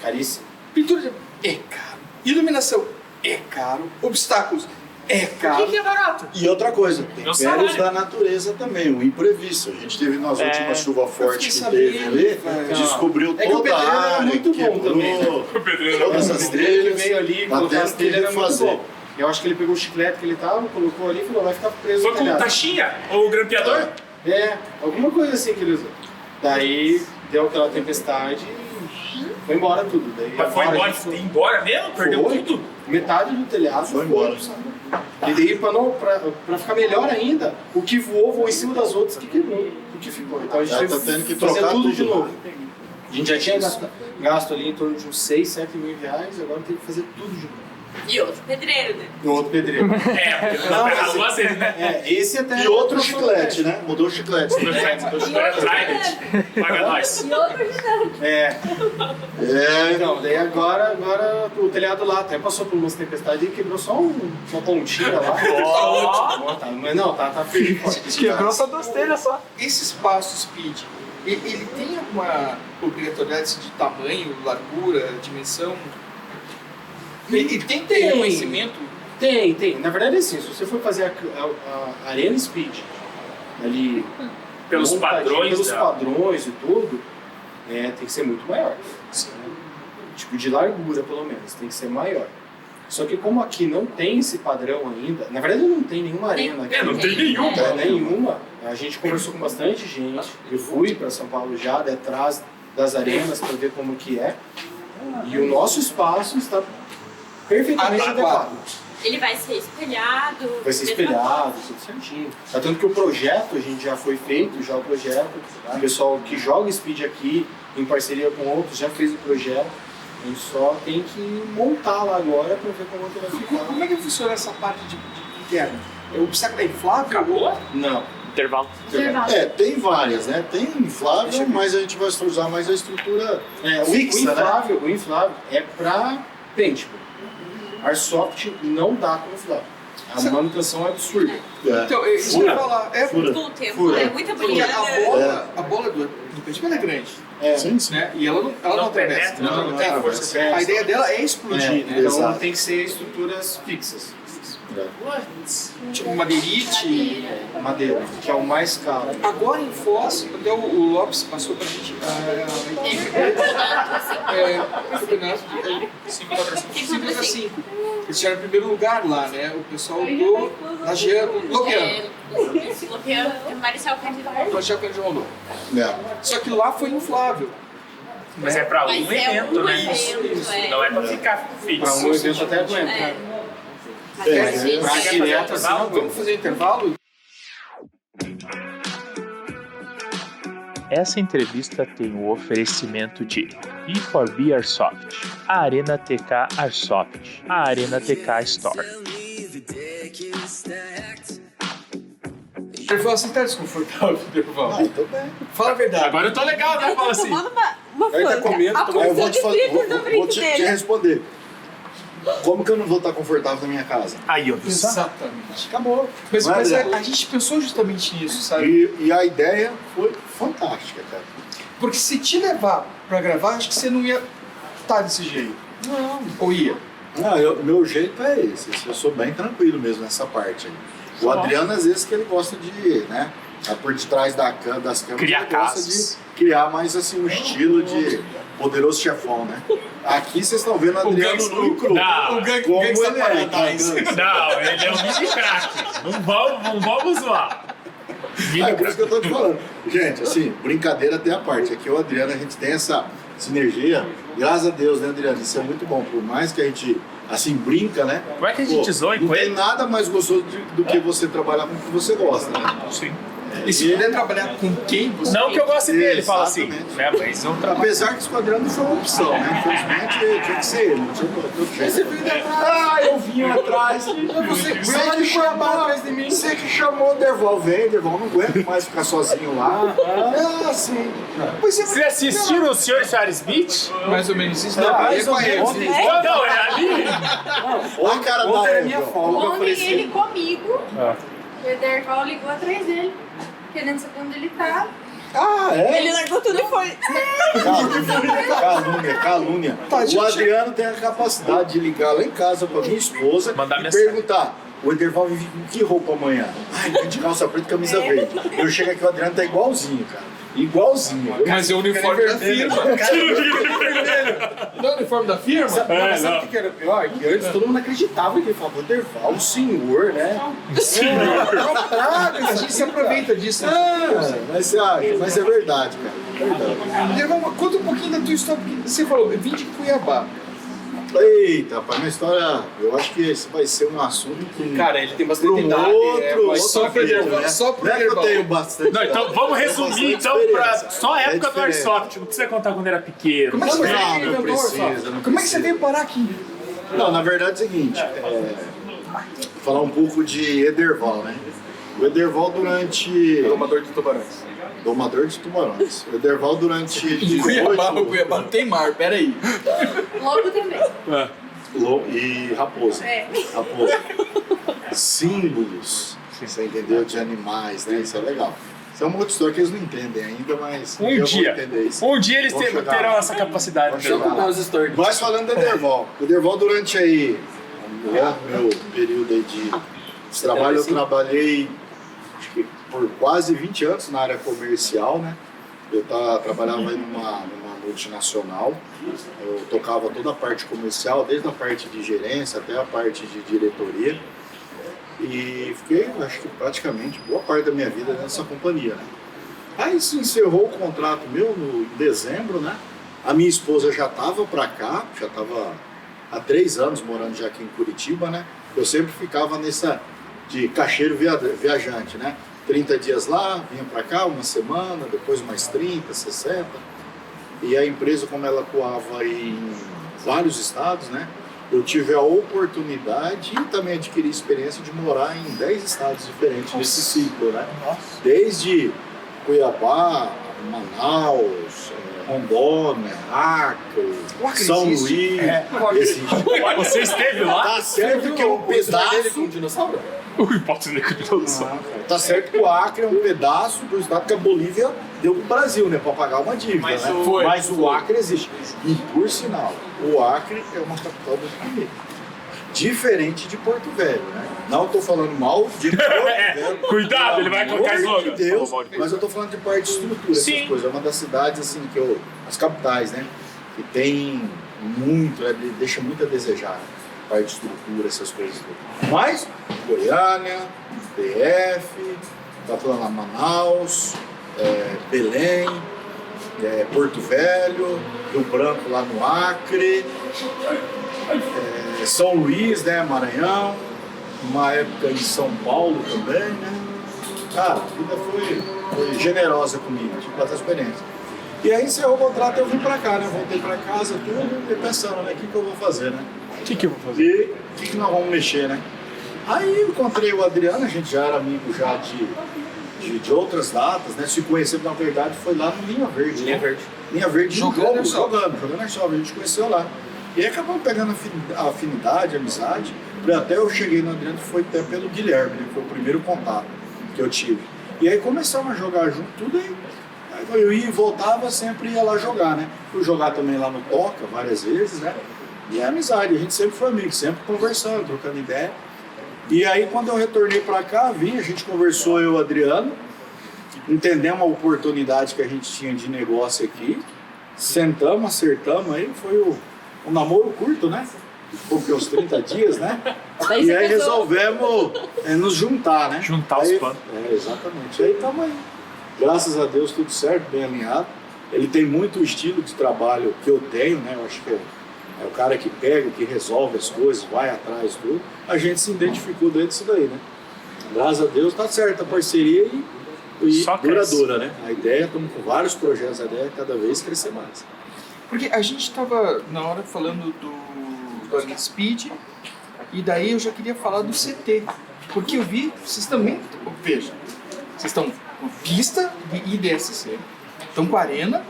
Speaker 7: Caríssimo.
Speaker 1: Pintura de... é caro. Iluminação é caro. Obstáculos é caro.
Speaker 3: é barato?
Speaker 2: E outra coisa, tem
Speaker 3: Meu
Speaker 2: férias
Speaker 3: salário.
Speaker 2: da natureza também, o imprevisto. A gente teve nas últimas chuva
Speaker 1: fiquei
Speaker 2: forte que
Speaker 1: sabendo,
Speaker 2: teve ali,
Speaker 1: cara.
Speaker 2: descobriu
Speaker 7: É que o
Speaker 2: toda
Speaker 7: pedreiro
Speaker 2: a
Speaker 7: era
Speaker 2: área,
Speaker 7: muito bom
Speaker 2: quebrou
Speaker 7: também, né?
Speaker 3: O pedreiro era
Speaker 2: todas as trilhas,
Speaker 7: veio ali,
Speaker 2: até
Speaker 7: colocou
Speaker 2: as
Speaker 7: as telhas,
Speaker 2: trilhas
Speaker 7: era muito
Speaker 2: fazer.
Speaker 7: bom. Eu acho que ele pegou o chiclete que ele tava, colocou ali e falou, vai ficar preso
Speaker 3: Foi
Speaker 7: no
Speaker 3: com o
Speaker 7: telhado.
Speaker 3: Taxinha? Ou o grampeador?
Speaker 7: É, alguma coisa assim que ele usou. Daí deu aquela tempestade e foi embora tudo. Daí
Speaker 3: Mas foi
Speaker 7: agora
Speaker 3: embora,
Speaker 7: a gente
Speaker 3: foi embora mesmo? Perdeu
Speaker 7: Foi.
Speaker 3: tudo?
Speaker 7: Metade do telhado
Speaker 2: Foi embora.
Speaker 7: E daí, pra, não, pra, pra ficar melhor ainda, o que voou voou em cima das outras que quebrou, o que ficou. Então a gente
Speaker 2: Já
Speaker 7: teve
Speaker 2: tá tendo que
Speaker 7: fazer
Speaker 2: trocar
Speaker 7: tudo, de
Speaker 2: tudo.
Speaker 7: novo. A gente já tinha gasto, gasto ali em torno de uns 6, 7 mil reais, agora tem que fazer tudo de novo.
Speaker 6: E outro pedreiro, né?
Speaker 7: No outro pedreiro.
Speaker 3: É, porque não dá pra errar duas vezes, né?
Speaker 7: é, esse até.
Speaker 2: E outro chiclete, né? Mudou o chiclete.
Speaker 7: um
Speaker 3: Agora Trident. Paga nós.
Speaker 6: E outro gigante.
Speaker 7: É,
Speaker 2: É,
Speaker 7: Então, daí agora, agora o telhado lá até passou por umas tempestades e quebrou só um, uma pontinha lá. Ó, tá, mas não, tá, tá firme.
Speaker 12: quebrou só duas telhas só.
Speaker 1: Esse espaço speed, e- ele, tem alguma obrigatoriedade de tamanho, largura, dimensão? Ele, ele tem que ter
Speaker 7: Tem.
Speaker 1: reconhecimento?
Speaker 7: Tem, tem. Na verdade é assim, se você for fazer a, a- a Arena Speed ali.
Speaker 3: Pelos
Speaker 7: montadinha,
Speaker 3: padrões
Speaker 7: Pelos
Speaker 3: dela.
Speaker 7: padrões e tudo, né, tem que ser muito maior. Tipo, de largura pelo menos, tem que ser maior. Só que como aqui não tem esse padrão ainda, na verdade não tem nenhuma arena aqui.
Speaker 3: É, não tem nenhum.
Speaker 7: Não, nenhuma. A gente conversou com bastante gente. Eu fui para São Paulo já, de atrás das arenas, para ver como que é. E o nosso espaço está perfeitamente
Speaker 1: Adequado.
Speaker 7: adequado.
Speaker 6: Ele vai ser espelhado.
Speaker 7: Vai ser espelhado, tudo certinho. Tá tanto que o projeto, a gente já foi feito, já o projeto. O pessoal que joga Speed aqui, em parceria com outros, já fez o projeto. A gente só tem que montar lá agora para ver como que vai
Speaker 1: E co-
Speaker 7: ficar.
Speaker 1: como é que funciona essa parte de, de interna? É, O obstáculo é inflável?
Speaker 3: Acabou?
Speaker 7: Não.
Speaker 12: Intervalo.
Speaker 2: é, tem várias, né? Tem inflável, mas a gente vai usar mais a estrutura
Speaker 7: É, o,
Speaker 2: Fixa, né?
Speaker 7: o inflável, o inflável é pra paintball. Airsoft não dá com inflável. A
Speaker 1: Sim.
Speaker 7: manutenção é absurda.
Speaker 2: é,
Speaker 1: Então, é isso que eu ia falar. É,
Speaker 2: Fura.
Speaker 6: Tudo o tempo.
Speaker 2: Fura.
Speaker 6: É muito
Speaker 1: porque
Speaker 6: bonito.
Speaker 1: a bola, a bola do, do paintball é grande,
Speaker 7: É,
Speaker 2: Sim, sim.
Speaker 1: né? E ela não, ela não,
Speaker 3: Não
Speaker 1: atravessa.
Speaker 3: penetra, não,
Speaker 2: não
Speaker 3: tem
Speaker 2: atravessa.
Speaker 3: força.
Speaker 7: é,
Speaker 1: A ideia dela é
Speaker 7: é,
Speaker 1: explodir, né?
Speaker 7: Então
Speaker 2: Exato.
Speaker 7: tem que ser estruturas fixas.
Speaker 1: Tipo, madeirite,
Speaker 7: Madeira, que é o mais caro.
Speaker 1: Agora em Foz, até o, o Lopes passou pra gente a, a equipe dele, é, foi na- é, 55. Eles tiveram primeiro lugar lá, né? O pessoal do Lajeano, Lopiano,
Speaker 6: É, Lopiano. Maricel Cândido Rondon.
Speaker 1: Lajeano Cândido Rondon.
Speaker 2: É.
Speaker 1: Só que lá foi inflável.
Speaker 3: Mas é pra um
Speaker 6: Mas é
Speaker 3: evento,
Speaker 6: um
Speaker 3: né?
Speaker 6: evento, é.
Speaker 3: Não é pra ficar
Speaker 7: Para um
Speaker 3: fixo.
Speaker 7: evento até aguenta.
Speaker 6: É. Mas
Speaker 2: É,
Speaker 6: é difícil.
Speaker 7: Pra
Speaker 3: Sim.
Speaker 7: direto assim, não
Speaker 3: Vamos
Speaker 7: aguenta.
Speaker 1: Vamos fazer um intervalo?
Speaker 4: Essa entrevista tem o oferecimento de B4B Airsoft, a Arena TK Airsoft, a Arena TK Store.
Speaker 1: Intervalo, você tá desconfortável, Intervalo?
Speaker 2: Ah, então bem.
Speaker 1: Fala a verdade.
Speaker 3: Agora eu tô legal, né? Fala assim.
Speaker 6: uma, uma
Speaker 7: Ele tá comendo,
Speaker 6: A
Speaker 7: tá
Speaker 2: Aí eu
Speaker 6: porção
Speaker 2: vou te,
Speaker 6: de
Speaker 2: fa-
Speaker 6: fritas
Speaker 2: vou-
Speaker 6: no
Speaker 2: vou
Speaker 6: brinco
Speaker 2: te- te
Speaker 6: dele.
Speaker 2: responder. Como que eu não vou estar confortável na minha casa?
Speaker 4: Aí, ó.
Speaker 1: Exatamente.
Speaker 2: Acabou.
Speaker 1: Mas, é- mas
Speaker 2: Nada.
Speaker 1: a, a gente pensou justamente nisso, sabe?
Speaker 2: E, e a ideia foi fantástica, cara.
Speaker 1: Porque se te levar pra gravar, acho que você não ia tá desse jeito? Não. Ou ia?
Speaker 2: Não, Ah, eu- meu jeito é esse. Eu sou bem tranquilo mesmo nessa parte aí. O Adriano, às vezes, que ele gosta de, né? tá por detrás da, cam- das câmeras,
Speaker 3: Criar
Speaker 2: ele gosta de
Speaker 3: casos.
Speaker 2: criar mais assim um estilo de poderoso chefão, né? Aqui vocês estão vendo o Adriano
Speaker 3: gangsta-
Speaker 2: nu e cru.
Speaker 3: Não.
Speaker 2: O gang- Ah, Como
Speaker 5: gangsta
Speaker 2: ele é, tá?
Speaker 5: paradise.
Speaker 2: gangsta.
Speaker 3: Não, ele é um mini craque. Não vamos, não vamos
Speaker 2: Ah,
Speaker 3: zoar.
Speaker 2: é
Speaker 3: Mini
Speaker 2: por isso
Speaker 3: craque.
Speaker 2: que eu tô te falando. Gente, assim, brincadeira até a parte. Aqui o Adriano, a gente tem essa sinergia. Graças a Deus, né, Adriano? Isso é muito bom. Por mais que a gente, assim, brinca, né?
Speaker 3: Como é que a gente
Speaker 2: Pô,
Speaker 3: zoe
Speaker 2: Não
Speaker 3: com
Speaker 2: tem
Speaker 3: ele?
Speaker 2: nada mais gostoso de- do que você trabalhar com o que você gosta, né?
Speaker 3: Sim.
Speaker 1: E se puder trabalhar com quem você
Speaker 3: Não que eu goste dele, fala assim.
Speaker 2: Exatamente.
Speaker 3: Né, mas não trabalho.
Speaker 2: Apesar que o Adriano não foi uma opção, né? Infelizmente, tinha que ser ele. Não tinha outro jeito.
Speaker 5: Ah, eu vim atrás. Você que
Speaker 2: É Você que chamou, Você que chamou o Derval, vem, Derval, não aguento mais ficar sozinho lá. Ah, sim.
Speaker 3: Vocês assistiram o Sr. Charles Smith?
Speaker 1: Mais ou menos isso. Não, aí é com a Eve.
Speaker 3: Não, não, é ali.
Speaker 2: Olha a cara da
Speaker 5: Ontem é
Speaker 2: Eve,
Speaker 5: minha
Speaker 2: ó.
Speaker 5: folga. Eu
Speaker 6: Ontem
Speaker 5: falei
Speaker 6: ele
Speaker 5: assim,
Speaker 6: comigo, o Ederval ligou atrás dele, querendo saber onde ele tá.
Speaker 2: Ah, é?
Speaker 6: Ele largou tudo e foi.
Speaker 2: Calúnia, calúnia, calúnia.
Speaker 5: Tá,
Speaker 2: O Adriano tem a capacidade de ligar lá em casa pra minha esposa
Speaker 3: Mandar
Speaker 2: e
Speaker 3: mensagem.
Speaker 2: perguntar. O Ederval vive com que roupa amanhã? Ai, tá de calça preta e camisa verde. Eu chego aqui, o Adriano tá igualzinho, cara. Igualzinho.
Speaker 1: Mas é o uniforme da firma. Não é o uniforme da firma?
Speaker 2: Sabe, mas sabe o que que era pior? Que antes todo mundo acreditava que ele falava, Ederval, o senhor, né?
Speaker 1: A gente se aproveita disso. né?
Speaker 2: Ah, mas você acha, mas é verdade, cara. Verdade.
Speaker 1: Derval, conta um pouquinho da tua história. porque Você falou, eu vim de Cuiabá.
Speaker 2: Eita, rapaz, uma história. Eu acho que esse vai ser um assunto que.
Speaker 7: Cara, ele tem
Speaker 2: Pra
Speaker 7: bastante
Speaker 2: um
Speaker 7: idade. é
Speaker 2: outro,
Speaker 7: mas
Speaker 1: só pra
Speaker 2: vídeo,
Speaker 1: Derval,
Speaker 2: né?
Speaker 1: só pro
Speaker 2: Não é que eu
Speaker 1: Derval.
Speaker 2: tenho bastante.
Speaker 3: Não, então
Speaker 2: idade,
Speaker 3: vamos
Speaker 2: mas
Speaker 3: resumir
Speaker 2: É bastante
Speaker 3: então pra
Speaker 2: experiência.
Speaker 3: só a
Speaker 2: É
Speaker 3: época do Tipo,
Speaker 2: diferente.
Speaker 3: Airsoft. Não precisa contar quando era pequeno.
Speaker 1: Como é que você
Speaker 2: Não,
Speaker 1: veio,
Speaker 2: não
Speaker 1: inventor,
Speaker 2: precisa,
Speaker 1: Fábio?
Speaker 2: não
Speaker 1: Como é que você
Speaker 2: precisa.
Speaker 1: veio parar aqui?
Speaker 2: Não, na verdade é o seguinte, é, falar um pouco de Ederval, né? O Ederval durante.
Speaker 7: É
Speaker 1: Tomador de tubarões.
Speaker 2: Domador de tubarões. O Ederval durante.
Speaker 1: De
Speaker 2: 18
Speaker 1: Cuiabá, o Cuiabá não tem mar, peraí.
Speaker 6: Logo também.
Speaker 2: Lou- e raposa.
Speaker 6: É.
Speaker 2: Raposa. Símbolos. Você entendeu? De animais, né? Isso é legal. Isso é uma outra história que eles não entendem ainda, mas
Speaker 3: Um
Speaker 2: eu
Speaker 3: dia.
Speaker 2: vou entender isso.
Speaker 3: Um dia eles
Speaker 2: Vou
Speaker 3: te-
Speaker 2: chegar
Speaker 3: terão
Speaker 2: lá.
Speaker 3: essa capacidade.
Speaker 2: Vou
Speaker 3: Pedro.
Speaker 2: chegar lá.
Speaker 7: Os stories.
Speaker 2: Mas falando do Ederval, o Ederval durante aí o meu período aí de de trabalho, eu trabalhei acho que por quase 20 anos na área comercial, né? Eu ta- trabalhava aí numa, numa multinacional, eu tocava toda a parte comercial, desde a parte de gerência até a parte de diretoria. E fiquei, acho que praticamente boa parte da minha vida nessa companhia. Né? Aí se encerrou o contrato meu no, em dezembro, né? A minha esposa já estava para cá, já estava há três anos morando já aqui em Curitiba, né? Eu sempre ficava nessa de cacheiro via- viajante, né? 30 dias lá, vinha para cá uma semana, depois mais 30, 60. E a empresa, como ela atuava em vários estados, né? Eu tive a oportunidade e também adquiri experiência de morar em 10 estados diferentes nesse ciclo, né? Desde Cuiabá, Manaus, eh, Rondônia,
Speaker 1: Ué,
Speaker 2: Acre,
Speaker 1: que
Speaker 2: São
Speaker 1: existe?
Speaker 2: Luís. Existe.
Speaker 3: Você esteve lá?
Speaker 2: Tá certo que é um pedaço.
Speaker 7: dinossauro?
Speaker 3: Ui, pode dizer que eu não sou.
Speaker 2: Ah, cara, Tá certo que o Acre é um pedaço do estado que a Bolívia deu pro Brasil, né? Pra pagar uma dívida,
Speaker 13: Mas
Speaker 2: né?
Speaker 13: o-
Speaker 2: Mas o Acre existe. E por sinal, o Acre é uma capital do planeta. Diferente de Porto Velho, né? Não tô falando mal de Porto Velho.
Speaker 3: É, Cuidado, ele vai
Speaker 2: Ah, é. Pelo
Speaker 3: colocar
Speaker 2: amor
Speaker 3: slogan.
Speaker 2: de Deus,
Speaker 3: Falou mal de-
Speaker 2: mas eu tô falando de parte de estrutura,
Speaker 3: Sim.
Speaker 2: essas coisas. É uma das cidades, assim, que eu... As capitais, né? Que tem muito, né? de- deixa muito a desejar. né? Parte de estrutura, essas coisas. Mas, Goiânia, DF, tá falando lá Manaus, é, Belém, é, Porto Velho, Rio Branco lá no Acre, é, São Luís, né? Maranhão. Uma época em São Paulo também, né? Cara, a vida foi, foi generosa comigo, tive bastante experiência. E aí encerrou o contrato eu vim pra cá, né? Voltei pra casa, tudo, e pensando, né? O que, que eu vou fazer, né?
Speaker 4: O que, que eu vou fazer?
Speaker 2: E o que, que nós vamos mexer, né? Aí eu encontrei o Adriano, a gente já era amigo já de, de, de outras datas, né? Se conhecemos, na verdade, foi lá no Linha Verde. né? Linha Verde. Linha Verde
Speaker 1: Jogando
Speaker 2: jogando,
Speaker 1: Airsoft.
Speaker 2: jogando, jogando Airsoft, a gente conheceu lá. E aí acabamos pegando afini- a afinidade, a amizade. E Até eu cheguei no Adriano, foi até pelo Guilherme, né? Foi o primeiro contato que eu tive. E aí começamos a jogar junto, tudo aí. aí eu ia e voltava, sempre ia lá jogar, né? Fui jogar também lá no Toca várias vezes, né? E é amizade, a gente sempre foi amigo, sempre conversando, trocando ideia. E aí quando eu retornei pra cá, vim, a gente conversou eu e o Adriano, entendemos a oportunidade que a gente tinha de negócio aqui, sentamos, acertamos aí, foi o, um namoro curto, né? Ficou que uns 30 dias, né?
Speaker 6: Daí
Speaker 2: e
Speaker 6: você
Speaker 2: aí
Speaker 6: casou.
Speaker 2: resolvemos é, nos juntar, né?
Speaker 4: Juntar os
Speaker 2: aí,
Speaker 4: panos.
Speaker 2: É, exatamente. Aí estamos aí. Graças a Deus tudo certo, bem alinhado. Ele tem muito o estilo de trabalho que eu tenho, né? Eu acho que é, é o cara que pega, que resolve as coisas, vai atrás tudo. A gente se identificou dentro disso daí, né? Graças a Deus tá certa a parceria e, e
Speaker 4: Só cresce.
Speaker 2: duradoura, né? A ideia, estamos com vários projetos, a ideia é cada vez crescer mais.
Speaker 1: Porque a gente tava na hora falando do, do Olympic Speed, e daí eu já queria falar do CT. Porque eu vi, vocês também. Veja, vocês estão com pista e e DSC. Estão com arena.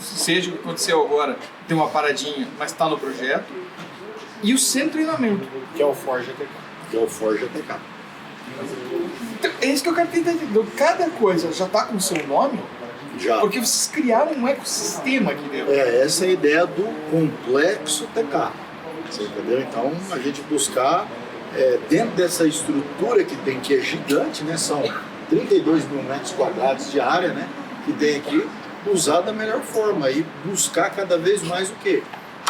Speaker 1: Seja o que aconteceu agora, tem uma paradinha, mas está no projeto. E o centro de treinamento.
Speaker 2: Que é o Forja TK. Que é o Forja TK.
Speaker 1: Então, é isso que eu quero tentar entender. Cada coisa já está com o seu nome,
Speaker 2: Já.
Speaker 1: porque vocês criaram um ecossistema aqui dentro.
Speaker 2: É, essa é a ideia do complexo TK. Você entendeu? Então, a gente buscar, é, dentro dessa estrutura que tem, que é gigante, né? São 32 mil metros quadrados de área, né? Que tem aqui, usar da melhor forma e buscar cada vez mais o quê?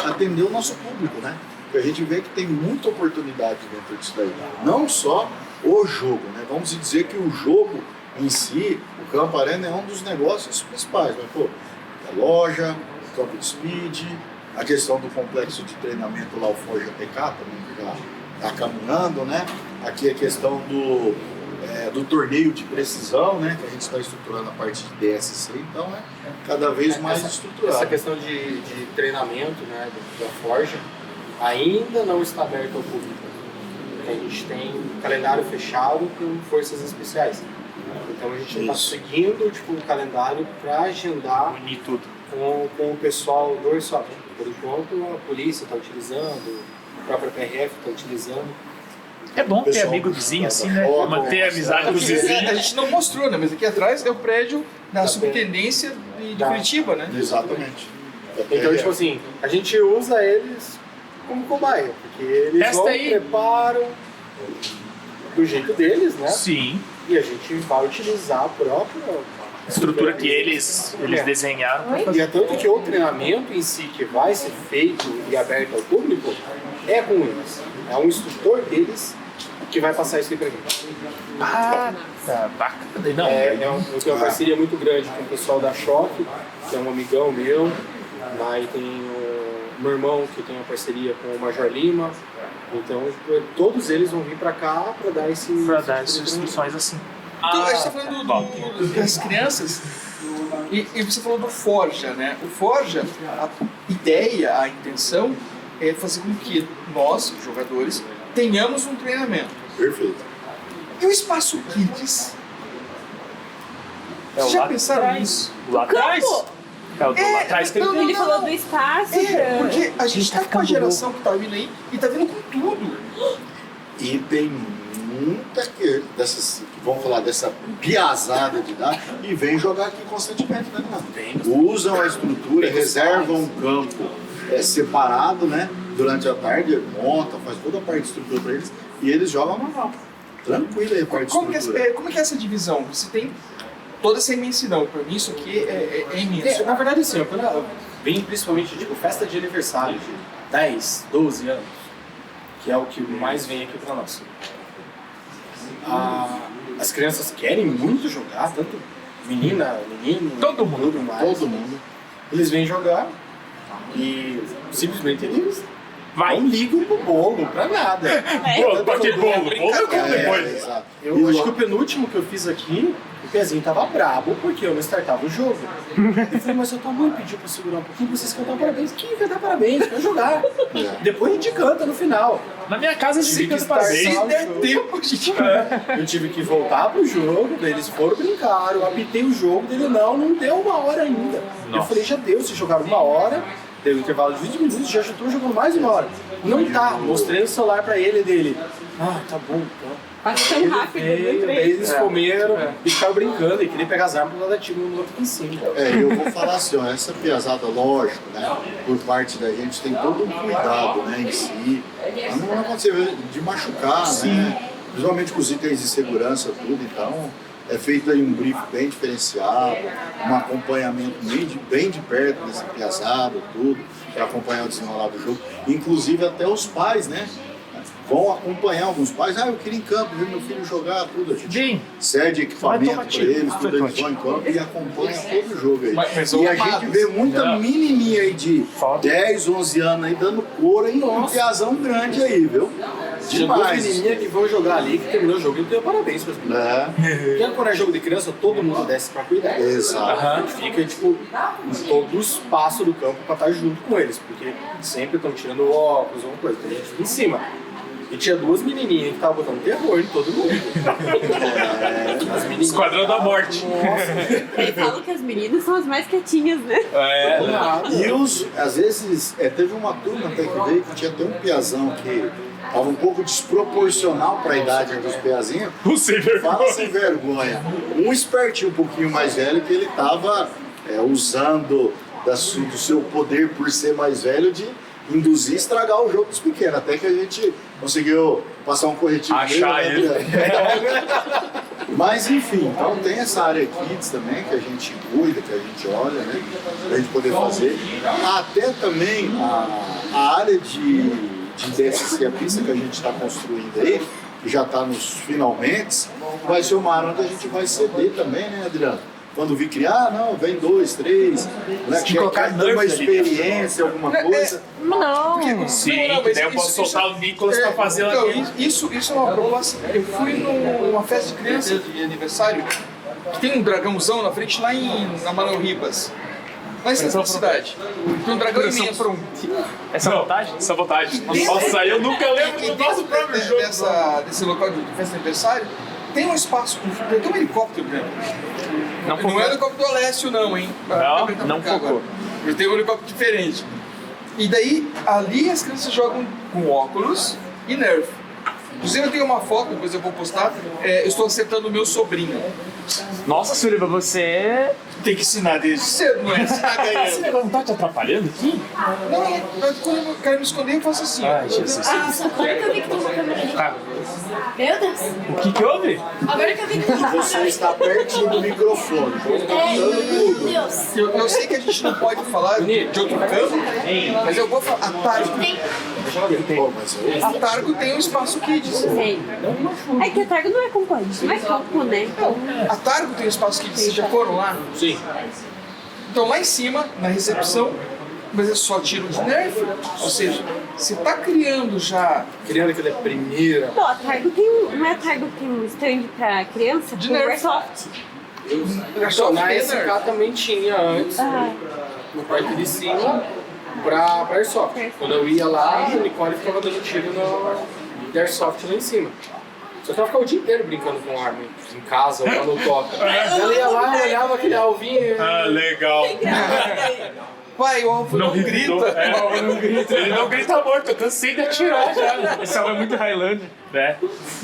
Speaker 2: Atender o nosso público, né? Porque a gente vê que tem muita oportunidade dentro disso daí. Não só o jogo, né? Vamos dizer que o jogo em si, o Campo Arena é um dos negócios principais, mas, pô, a loja, o campo de speed, a questão do complexo de treinamento lá, o Forja PK também que já está caminhando, né? Aqui a questão do, é, do torneio de precisão, né? Que a gente está estruturando a parte de DSC, então é cada vez mais
Speaker 7: Essa
Speaker 2: estruturado.
Speaker 7: questão de, de treinamento né, do- da Forja ainda não está aberta ao público. A gente tem um calendário fechado com forças especiais. Então a gente está
Speaker 2: Isso.
Speaker 7: seguindo tipo, o calendário para agendar
Speaker 4: Unir tudo.
Speaker 7: com, com o pessoal do Airsoft. Por enquanto a polícia está utilizando, a própria PRF está tá utilizando.
Speaker 4: É bom ter
Speaker 2: Pessoal,
Speaker 4: amigo vizinho assim,
Speaker 2: tá
Speaker 4: né?
Speaker 2: bom,
Speaker 4: Manter a amizade com os
Speaker 1: Porque é, A
Speaker 4: vizinhos.
Speaker 1: gente não mostrou, né? Mas aqui atrás é o prédio da
Speaker 7: Tá
Speaker 1: subintendência de, de
Speaker 7: Tá.
Speaker 1: Curitiba, né?
Speaker 2: Exatamente.
Speaker 7: Então,
Speaker 2: É,
Speaker 7: tipo assim, a gente usa eles como cobaia, porque eles
Speaker 4: Testa
Speaker 7: vão,
Speaker 4: aí.
Speaker 7: preparam do jeito deles, né?
Speaker 4: Sim.
Speaker 7: E a gente vai utilizar a própria
Speaker 4: Estrutura que eles, eles desenharam.
Speaker 7: E é tanto que o treinamento em si que vai ser feito e aberto ao público é com eles. É um instrutor deles que vai passar isso aí pra gente.
Speaker 4: Ah, tá bacana. Não,
Speaker 7: É, é um- eu tenho uma parceria muito grande com o pessoal da Shop, que é um amigão meu. Aí tem o meu irmão, que tem uma parceria com o Major Lima. Então, todos eles vão vir pra cá pra dar esse...
Speaker 4: pra dar essas instruções assim.
Speaker 1: Então, a gente
Speaker 4: Ah,
Speaker 1: tá falando
Speaker 3: É
Speaker 1: do- do- das crianças e, e você falou do Forja, né? O Forja, a ideia, a intenção é fazer com que nós, jogadores, tenhamos um treinamento.
Speaker 2: é. Perfeito.
Speaker 1: E o Espaço
Speaker 4: É
Speaker 1: Kids?
Speaker 4: o
Speaker 1: Vocês já
Speaker 4: É lado
Speaker 1: pensaram nisso?
Speaker 4: lá atrás. É o do lá
Speaker 1: É,
Speaker 4: atrás que ele
Speaker 1: pelo
Speaker 4: tem.
Speaker 6: Ele falou do espaço,
Speaker 1: É,
Speaker 6: Fran.
Speaker 1: porque a gente
Speaker 4: tá
Speaker 1: tá com a
Speaker 4: ficando
Speaker 1: geração que tá vindo aí e tá vindo com tudo.
Speaker 2: E tem muita que, dessas, que vão falar dessa piazada de dar e vem jogar aqui constantemente, né, Renato? Usam a estrutura, reservam um campo é, separado, né? Durante a tarde, monta, faz toda a parte de estrutura para eles e eles jogam manual. Tranquilo aí a parte
Speaker 1: Como
Speaker 2: de
Speaker 1: que,
Speaker 2: estrutura.
Speaker 1: é, como que é essa divisão? Você tem toda essa imensidão. Pra mim, isso aqui é, é- é
Speaker 7: É,
Speaker 1: imenso.
Speaker 7: na verdade, assim, ó, quando eu vem principalmente, tipo, festa de aniversário de 10, 12 anos, que é o que mais vem aqui pra nós. Ah, as crianças querem muito jogar, tanto menina, menino,
Speaker 4: Todo mundo.
Speaker 7: tudo mais.
Speaker 2: Todo mundo.
Speaker 7: Eles vêm jogar e simplesmente eles
Speaker 4: Vai.
Speaker 7: não ligam pro bolo, pra nada.
Speaker 4: Pô, pra que bolo? Bolo eu como
Speaker 1: É.
Speaker 4: depois.
Speaker 2: é, exato.
Speaker 7: É um Eu
Speaker 2: E
Speaker 7: acho
Speaker 2: lo-
Speaker 7: que o penúltimo que eu fiz aqui, o Pezinho tava brabo porque eu não startava o jogo. Eu falei, mas a tua mãe pediu pra eu segurar um pouquinho pra vocês cantar parabéns. Quem vai dar parabéns? Vai jogar. Depois a gente canta no final.
Speaker 4: Na minha casa a gente canta
Speaker 7: Se
Speaker 3: é,
Speaker 4: parabéns.
Speaker 7: startar o
Speaker 1: der
Speaker 7: jogo.
Speaker 1: tempo, gente.
Speaker 7: Eu tive que voltar pro jogo, daí eles foram brincar, eu apitei o jogo, dele não, não deu uma hora ainda. Eu
Speaker 4: Nossa.
Speaker 7: falei, já deu, se jogaram uma hora, Teve um intervalo de 20 minutos, já estou jogando mais uma hora. Não tá. Mostrei o celular pra ele dele. Ah, tá bom, tá.
Speaker 14: Passa
Speaker 7: Ele
Speaker 14: tão rápido,
Speaker 7: veio,
Speaker 14: né?
Speaker 7: daí eles
Speaker 14: É.
Speaker 7: comeram e ficaram brincando e queria pegar as armas pra dar tiro um no outro em cima.
Speaker 2: É, eu vou falar assim, ó, essa piazada, lógico, né? Por parte da gente tem todo um cuidado, né, em si. Mas Não aconteceu de machucar, né? Principalmente com os itens de segurança, tudo, então é feito aí um brief bem diferenciado, um acompanhamento bem de, bem de perto desse piazada, tudo, para acompanhar o desenrolar do jogo. Inclusive até os pais, né? Vão acompanhar alguns pais. Ah, eu queria ir em campo, ver meu filho jogar, tudo. A gente cede equipamento para eles, tudo eles vão em campo e acompanha todo o jogo aí.
Speaker 12: Mas- mas
Speaker 2: e a
Speaker 12: o-
Speaker 2: gente vê muita
Speaker 12: Não.
Speaker 2: menininha aí de 10, 11 anos aí dando couro em um piazão grande aí, viu?
Speaker 7: Chegou a
Speaker 2: Demais.
Speaker 7: menininha que vão jogar ali, que terminou o jogo, eu tenho parabéns pras meninas.
Speaker 2: É.
Speaker 7: Porque quando é jogo de criança, todo mundo desce pra cuidar.
Speaker 2: Exato.
Speaker 7: A gente Fica, tipo, em todo o espaço do campo pra estar junto com eles, porque sempre estão tirando óculos, alguma coisa, então a gente fica em cima. E tinha duas menininhas que estavam botando terror em todo mundo. As menininhas-
Speaker 3: Esquadrão da Morte.
Speaker 14: Eu falo que as meninas são as mais quietinhas, né?
Speaker 3: É,
Speaker 2: E os, às vezes, é, teve uma turma até que veio que tinha até um piazão que estava um pouco desproporcional para a idade dos piazinhos.
Speaker 3: Um sem vergonha.
Speaker 2: Fala sem vergonha. Um espertinho um pouquinho mais velho que ele estava usando da su- do seu poder por ser mais velho de induzir e estragar o jogo dos pequenos. Até que a gente conseguiu passar um corretivo. nele,
Speaker 3: Achar
Speaker 2: né,
Speaker 3: ele.
Speaker 2: Adriano? Mas enfim, então tem essa área kids também que a gente cuida, que a gente olha, né? Pra gente poder fazer. Até também a, a área de, de DSC, a pista que a gente está construindo aí, que já está nos finalmente, vai ser uma área onde a gente vai ceder também, né, Adriano? Quando vir criar, ah, não, vem dois, três, né?
Speaker 3: Se
Speaker 2: Quer,
Speaker 3: colocar
Speaker 2: quer ter uma
Speaker 3: nerf ali. né?
Speaker 2: experiência, alguma
Speaker 1: É, é,
Speaker 2: coisa.
Speaker 14: Não.
Speaker 3: Sim,
Speaker 1: Não, não, mas
Speaker 3: daí eu posso
Speaker 1: isso-
Speaker 3: soltar o Nicolas pra
Speaker 1: É,
Speaker 3: fazer lá
Speaker 1: então,
Speaker 3: dentro.
Speaker 1: Isso, isso é uma proposta. Eu fui num- numa festa de criança de aniversário que tem um dragãozão na frente lá em na Manuel Ribas. Lá em Santa Cidade. Tem um dragão imenso.
Speaker 3: É sabotagem? Sabotagem.
Speaker 1: é
Speaker 3: Nossa, aí eu nunca lembro
Speaker 1: E
Speaker 3: do
Speaker 1: dentro
Speaker 3: nosso próprio
Speaker 1: de-
Speaker 3: jogo.
Speaker 1: Dessa, desse local de festa de aniversário, tem um espaço, com- tem um helicóptero dentro. Não,
Speaker 12: focou.
Speaker 1: é o helicóptero do Alessio, não, hein?
Speaker 12: Não,
Speaker 1: Pra- pra- pra-
Speaker 12: não
Speaker 1: pra-
Speaker 12: focou.
Speaker 1: Eu tenho um helicóptero diferente. E daí, ali as crianças jogam com óculos e Nerf. Inclusive, eu tenho uma foto, depois eu vou postar. é, eu estou acertando o meu sobrinho. é.
Speaker 12: Nossa, Suriba, você.
Speaker 1: Tem que ensinar desde cedo, não é? Você tá
Speaker 12: Esse
Speaker 1: ganhando.
Speaker 12: negócio não tá te atrapalhando aqui?
Speaker 1: Não, é- mas quando eu quero me esconder, eu faço assim.
Speaker 12: Ai, Jesus.
Speaker 8: Ah, só agora que eu vi que tem uma câmera ali. Meu Deus.
Speaker 12: O que que houve?
Speaker 8: Agora que eu vi que tem uma câmera
Speaker 2: Você
Speaker 8: ali.
Speaker 2: está pertinho do microfone. Então,
Speaker 8: É, meu Deus.
Speaker 1: Eu, eu sei que a gente não pode falar de de outro campo, mas eu vou falar. A Targo,
Speaker 8: Tem.
Speaker 2: Pô, mas eu-
Speaker 1: a Targo tem um espaço kids.
Speaker 14: Sei. É que a Targo não é companhia, não é campo, né?
Speaker 1: A Targo tem um espaço kids, vocês já foram lá?
Speaker 7: Sim.
Speaker 1: Então lá em cima, na recepção, mas é só tiro de nerf. Ou seja, você tá criando já
Speaker 7: Criando aquela primeira.
Speaker 6: Então,
Speaker 14: Pô, a Targo tem um. Não é a Targo que tem um stand pra criança?
Speaker 1: De
Speaker 14: com
Speaker 1: Nerf.
Speaker 3: Tá
Speaker 14: Airsoft.
Speaker 7: Então, na SK também tinha antes, né,
Speaker 14: Ah,
Speaker 7: no quarto de cima, pra, pra Airsoft. Quando eu ia lá, a Nicole ficava dando tiro no de Airsoft lá em cima. Só que ela ficava o dia inteiro brincando com arma em casa ou lá no top. Ela ia lá, olhava aquele alvinho.
Speaker 3: Ah, legal.
Speaker 1: Pai, o alvo não, grita.
Speaker 3: Não, é, não grita. Ele não grita morto, eu cansei de atirar já.
Speaker 12: Esse é muito Highlander. É.
Speaker 3: Né?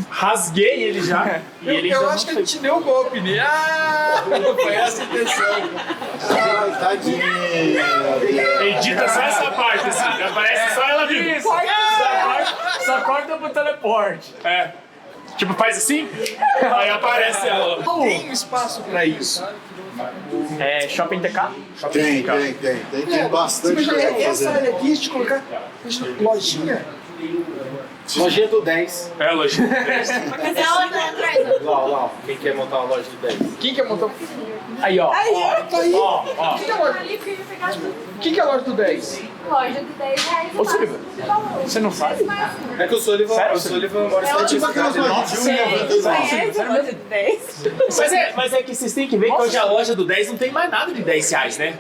Speaker 3: Rasguei ele já. E
Speaker 1: Eu,
Speaker 3: ele
Speaker 1: eu
Speaker 3: ainda
Speaker 1: acho que
Speaker 3: não
Speaker 1: ele te deu o golpe, né? Ah! Não foi essa a intenção.
Speaker 2: Ai, tá, tadinho.
Speaker 3: Edita só essa parte, assim. Aparece só ela vindo. Só corta, só corta pro teleporte. É. Tipo, faz assim, aí aparece ela.
Speaker 1: Tem um espaço pra isso.
Speaker 12: É Shopping TK?
Speaker 2: Tem, tem, tem. Tem, tem bastante
Speaker 1: Você imagina,
Speaker 2: coisa pra
Speaker 1: é essa
Speaker 2: fazer.
Speaker 1: área aqui, de colocar imagina, lojinha.
Speaker 7: Lojinha do 10.
Speaker 3: É, lógico.
Speaker 8: Mas é a outra atrás, ó.
Speaker 7: Lá, lá. Quem quer montar uma loja do 10?
Speaker 1: Quem é quer montar? O
Speaker 12: Aí, ó.
Speaker 1: tá aí.
Speaker 12: Ó, ó.
Speaker 1: que, que é a loja-
Speaker 8: Ali que eu ia pegar tudo.
Speaker 1: que, que é a loja do 10?
Speaker 8: Loja de 10 reais.
Speaker 12: Ô, Silvio, Você não sabe?
Speaker 7: É que o Sullivan,
Speaker 12: Sério?
Speaker 7: o Sullivan mora em
Speaker 2: É
Speaker 7: Santa
Speaker 2: tipo aquelas
Speaker 7: Cidade.
Speaker 2: lojinhas de 1,99.
Speaker 14: conhece a loja de 10?
Speaker 12: Mas é, mas é que vocês têm que ver que hoje a loja do 10 não tem mais nada de 10 reais, né?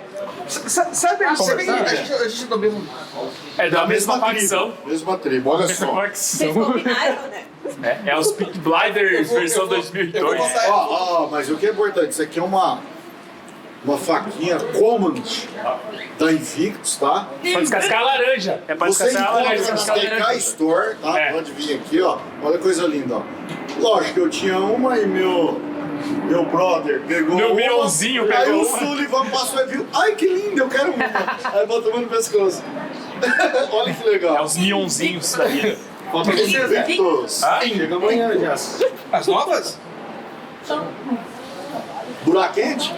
Speaker 1: S- sa- Sabe, sabe que a gente, a gente é do mesmo.
Speaker 3: É da mesma facção.
Speaker 2: tribo. Mesma tribo, olha só.
Speaker 14: Vocês combinaram, né?
Speaker 3: É, é os Peak Blinders versão
Speaker 1: Eu vou
Speaker 3: 2002.
Speaker 1: mostrar.
Speaker 2: Ó, ó, mas o que é importante, isso aqui é uma Uma faquinha Command da Invictus, tá?
Speaker 3: Pra descascar a laranja. É pra descascar a laranja.
Speaker 2: Você
Speaker 3: descascar a
Speaker 2: encontra na
Speaker 3: laranja.
Speaker 2: TK Store, tá?
Speaker 3: É.
Speaker 2: Pode vir aqui, ó. Olha que coisa linda, ó. Lógico que eu tinha uma e meu... Meu brother pegou
Speaker 3: Meu
Speaker 2: uma,
Speaker 3: mionzinho
Speaker 2: Aí
Speaker 3: pegou
Speaker 2: o
Speaker 3: uma.
Speaker 2: Sullivan passou e viu. Ai, que linda, eu quero uma. aí botou uma no pescoço. Olha que legal. É
Speaker 3: os mionzinhos da vida.
Speaker 2: Falta vocês, né?
Speaker 3: É.
Speaker 2: Invictus. Chega amanhã já.
Speaker 1: As novas?
Speaker 2: Buraco quente?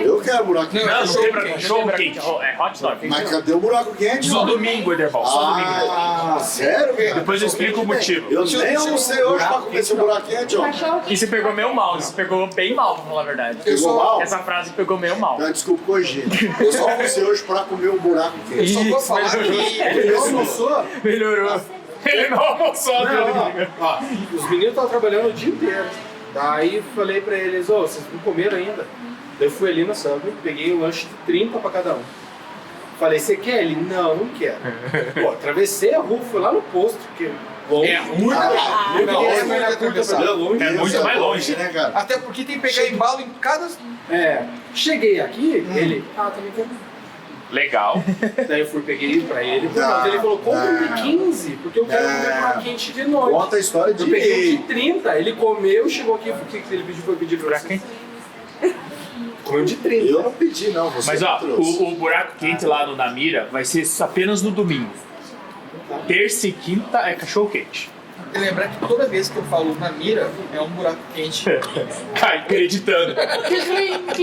Speaker 2: Eu quero buraco quente.
Speaker 3: Não, não tem pra show cake. É hot dog.
Speaker 2: Mas cadê o buraco quente?
Speaker 3: Só domingo, Ederval. Só domingo.
Speaker 2: Ah, sério, velho?
Speaker 3: Depois eu explico o motivo.
Speaker 2: Eu nem almocei hoje pra comer esse buraco quente, ó.
Speaker 3: E você pegou meio mal, você pegou bem mal, pra falar a verdade.
Speaker 2: Pegou
Speaker 3: Essa-
Speaker 2: mal?
Speaker 3: Essa frase pegou meio mal.
Speaker 2: Ah, Desculpa, corrigir. Eu só almocei hoje pra comer um buraco quente.
Speaker 3: Isso,
Speaker 2: só vou falar
Speaker 3: melhorou.
Speaker 2: que eu almoçou.
Speaker 3: Melhorou. Ele não almoçou,
Speaker 7: Não, ó,
Speaker 3: Rodrigo.
Speaker 7: ó, os meninos estavam trabalhando o dia inteiro. Daí falei pra eles, ô, vocês não comeram ainda? Daí eu fui ali na Subway, peguei um lanche de 30 pra cada um. Falei, você quer? Ele, não, não quero. Pô, atravessei a rua, fui lá no posto, porque... Bom,
Speaker 1: É muito
Speaker 7: Ah,
Speaker 1: muito
Speaker 7: não,
Speaker 1: longe
Speaker 7: é
Speaker 1: pra
Speaker 7: muito
Speaker 1: atravessar.
Speaker 7: pra longe.
Speaker 2: É muito mais longe, né, cara?
Speaker 1: Até porque tem que pegar embalo em cada.
Speaker 7: É, cheguei aqui, ele... Ah, também quero.
Speaker 3: Legal.
Speaker 7: Daí eu fui, peguei pra ele.
Speaker 2: Ah,
Speaker 7: Daí ele falou, compra um
Speaker 2: ah.
Speaker 7: de 15, porque eu quero comer uma quente de noite.
Speaker 2: Conta a história
Speaker 7: Eu peguei um de
Speaker 2: de...
Speaker 7: 30, ele comeu, chegou aqui, o que que ele pediu foi pedir pra quem? Comeu um de 30.
Speaker 2: Eu não pedi, não. Você é
Speaker 3: Mas ó,
Speaker 2: que trouxe.
Speaker 3: o, o buraco quente lá no Namira vai ser apenas no domingo. Terça e quinta é cachorro quente.
Speaker 1: E Lembrar que toda vez que eu falo na mira, é um buraco quente.
Speaker 3: Cai, acreditando.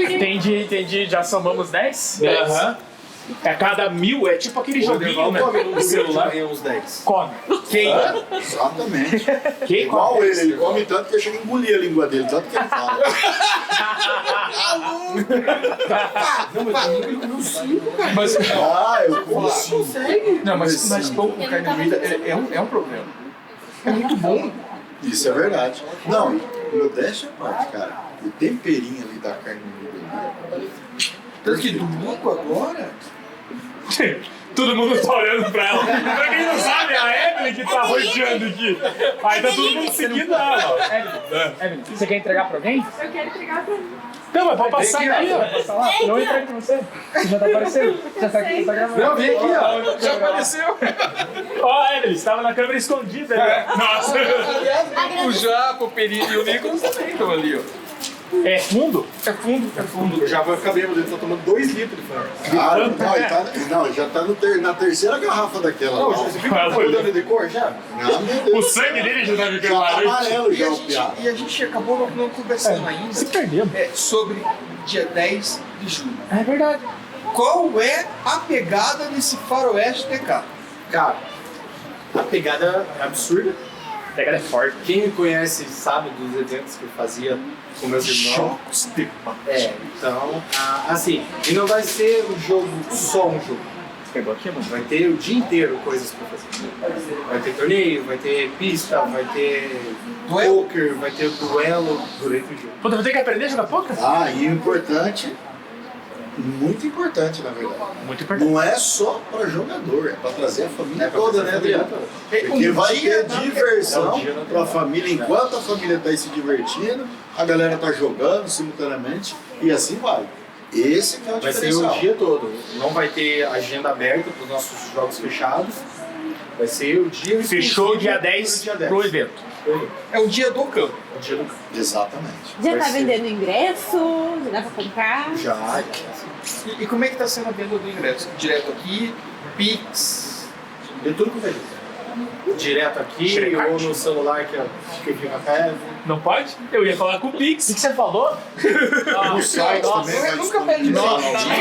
Speaker 3: entendi, entendi. Já somamos 10?
Speaker 7: Dez.
Speaker 3: Aham. A cada mil é tipo aquele
Speaker 7: O
Speaker 3: joguinho
Speaker 7: Anderval
Speaker 3: né?
Speaker 7: come um
Speaker 3: do
Speaker 7: de
Speaker 3: celular.
Speaker 7: manhã, uns 10.
Speaker 3: Come. Quem?
Speaker 2: Exatamente.
Speaker 3: Quem come?
Speaker 2: Igual ele, ele come tanto que eu chego a engolir a língua dele, tanto que ele fala.
Speaker 7: Não, mas eu nunca comi um 5, cara.
Speaker 1: Mas,
Speaker 2: Ah, eu como
Speaker 7: Não
Speaker 2: sim.
Speaker 7: consegue.
Speaker 1: não, mas, mas pão com carne moída é, é um, é um problema. É muito bom.
Speaker 2: Isso é verdade. Não, modéstia à parte, é cara. O temperinho ali da carne moída ali.
Speaker 1: Tanto que domingo agora.
Speaker 3: Todo mundo tá olhando pra ela. Pra quem não sabe, é a Evelyn que tá rodeando aqui. Aí tá todo mundo seguindo ela. Evelyn, Evelyn, você quer entregar pra alguém?
Speaker 6: Eu quero pegar pra mim.
Speaker 3: Então, mas pode passar aí, ó.
Speaker 6: Não entra com você. Já tá aparecendo. Já tá aqui, tá gravando.
Speaker 7: Não, vem aqui, ó.
Speaker 1: Já apareceu.
Speaker 3: Ó, Evelyn, estava na câmera escondida.
Speaker 7: É.
Speaker 3: né? Nossa.
Speaker 1: O Jaco, o Perini e o Nicolas também estão ali, ó.
Speaker 3: É fundo?
Speaker 1: É fundo, é fundo.
Speaker 7: Eu já vou ficar bêbado, ele tá tomando 2 litros de frango.
Speaker 2: Cara, não, ele tá- não, já tá no ter- na terceira garrafa daquela.
Speaker 7: Não,
Speaker 2: lá.
Speaker 7: você viu que ele tá mudando de cor já?
Speaker 2: Ah, meu Deus.
Speaker 3: Ah, O sangue dele já tá
Speaker 2: Já
Speaker 3: ficando
Speaker 2: tá
Speaker 3: laranja.
Speaker 2: amarelo
Speaker 1: E
Speaker 2: já
Speaker 1: a
Speaker 2: o
Speaker 1: gente,
Speaker 2: piá.
Speaker 1: e a gente acabou não- não conversando ainda
Speaker 3: Se perdemos.
Speaker 1: é, sobre dia 10 de julho.
Speaker 3: É verdade.
Speaker 1: Qual é a pegada desse faroeste TK?
Speaker 7: Cara, a pegada é absurda.
Speaker 3: A pegada é forte.
Speaker 7: Quem me conhece sabe dos eventos que eu fazia com meus irmãos.
Speaker 2: Jogos de
Speaker 7: É, então, ah, assim, e não vai ser um jogo, só um jogo.
Speaker 3: Pegou aqui, mano?
Speaker 7: Vai ter o dia inteiro coisas pra fazer. Vai ter torneio, vai ter pista, vai ter
Speaker 1: Duelo.
Speaker 7: poker, vai ter duelo durante o jogo.
Speaker 3: Puta, vou ter que aprender a jogar poker?
Speaker 2: Ah, e o importante, muito importante na verdade.
Speaker 3: Muito importante.
Speaker 2: Não é só pra jogador, é pra trazer a família toda, né, Adriano?
Speaker 1: É
Speaker 2: Porque
Speaker 1: um
Speaker 2: vai
Speaker 1: dia
Speaker 2: ter
Speaker 1: na-
Speaker 7: é
Speaker 2: diversão
Speaker 7: um dia na-
Speaker 2: pra família, enquanto a família tá aí se divertindo, a galera tá jogando simultaneamente e assim vai. Esse que é o
Speaker 7: Vai ser o
Speaker 2: diferencial.
Speaker 7: dia todo. Não vai ter agenda aberta para os nossos jogos fechados. Vai ser o dia
Speaker 3: Fechou
Speaker 7: exclusivo
Speaker 3: o dia
Speaker 7: pro
Speaker 3: 10
Speaker 7: dia 10.
Speaker 3: pro evento.
Speaker 1: É o dia do campo.
Speaker 7: O dia do
Speaker 2: Exatamente.
Speaker 6: Já
Speaker 2: Vai
Speaker 6: tá
Speaker 2: ser-
Speaker 6: vendendo ingresso? Já dá pra comprar?
Speaker 2: Já.
Speaker 1: E, e como é que tá sendo a venda do ingresso? Direto aqui, Pix.
Speaker 7: De tudo que veio. Direto aqui
Speaker 3: Xerecard.
Speaker 7: ou no celular que fica aqui na casa.
Speaker 3: Não pode? Eu ia falar com o Pix. O que que você falou?
Speaker 2: No site
Speaker 3: Nossa,
Speaker 2: também. vai
Speaker 1: nunca perde
Speaker 2: disponibilizar
Speaker 1: isso.
Speaker 2: lá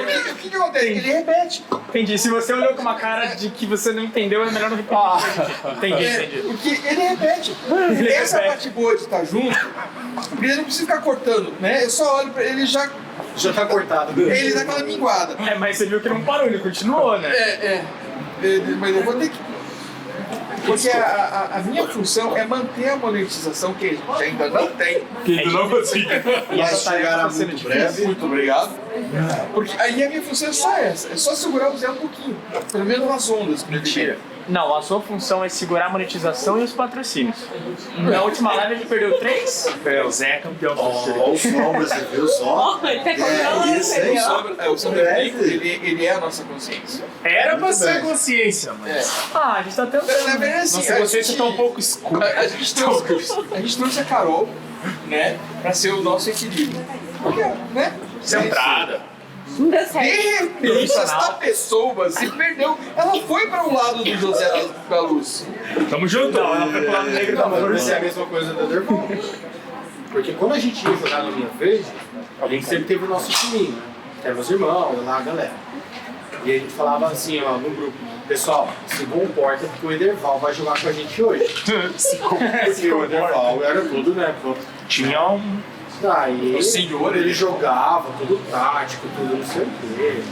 Speaker 2: o link.
Speaker 1: né? O que- O que que acontece? Ele repete.
Speaker 3: Entendi. Se você olhou com uma cara de que você não entendeu, é melhor não repetir. entendi,
Speaker 1: É,
Speaker 3: entendi.
Speaker 1: porque ele repete.
Speaker 3: Ele
Speaker 1: Essa é a
Speaker 3: repete.
Speaker 1: parte boa de estar junto. Porque ele não precisa ficar cortando, né? Eu só olho pra ele e já.
Speaker 7: Já tá cortado.
Speaker 1: Ele dá aquela minguada.
Speaker 3: É, mas você viu que não parou, ele continuou, né?
Speaker 1: É, é. É, Mas eu vou ter que. Porque a, a- a minha função é manter a monetização que a gente ainda não tem.
Speaker 3: Que tu não conseguiu. E
Speaker 2: Mas
Speaker 3: essa tarefa
Speaker 2: chegará
Speaker 3: tá sendo
Speaker 2: muito
Speaker 3: difícil.
Speaker 2: breve.
Speaker 1: Muito obrigado. é Porque aí a minha função é só essa, é só segurar o Zé um pouquinho. Pelo menos nas ondas. Mentira.
Speaker 3: Não, a sua função é segurar a monetização e os patrocínios. Na última live ele perdeu três. O Zé é campeão.
Speaker 2: Ó, o sombra, você viu só?
Speaker 3: Ele tá
Speaker 1: É,
Speaker 3: comprando,
Speaker 1: isso, é, o
Speaker 3: entendeu?
Speaker 1: sombra, é, o sombra é rico, ele, ele é a nossa consciência.
Speaker 3: Era pra
Speaker 1: Muito
Speaker 3: ser a
Speaker 1: bem.
Speaker 3: consciência, mas. Ah, a gente tá tentando.
Speaker 1: Mas, na verdade, assim,
Speaker 3: Nossa
Speaker 1: a
Speaker 3: consciência
Speaker 1: gente-
Speaker 3: tá um pouco escura.
Speaker 1: A, a gente trouxe, a gente trouxe a Carol, né, pra ser o nosso equilíbrio. Porque, né?
Speaker 15: Centrada.
Speaker 6: Não deu
Speaker 1: De
Speaker 6: certo.
Speaker 1: repente, essa pessoa se perdeu. Ela foi para o lado do José da, da Luz.
Speaker 16: Tamo junto.
Speaker 17: Não, ela foi pro lado negro da
Speaker 7: Não,
Speaker 17: mão.
Speaker 7: mas é a mesma coisa da Derval. Porque quando a gente ia jogar na linha verde, a gente sempre teve o nosso timinho, né? Que eram meus irmãos, eu lá a galera. E a gente falava assim, ó, no grupo, pessoal, se comporta porque o Ederval vai jogar com a gente hoje. se comporta. Porque o Ederval era tudo, né?
Speaker 3: Tinha um.
Speaker 7: Daí
Speaker 3: O senhor,
Speaker 7: ele
Speaker 3: ele-
Speaker 7: jogava, tudo tático, tudo não sei o quê.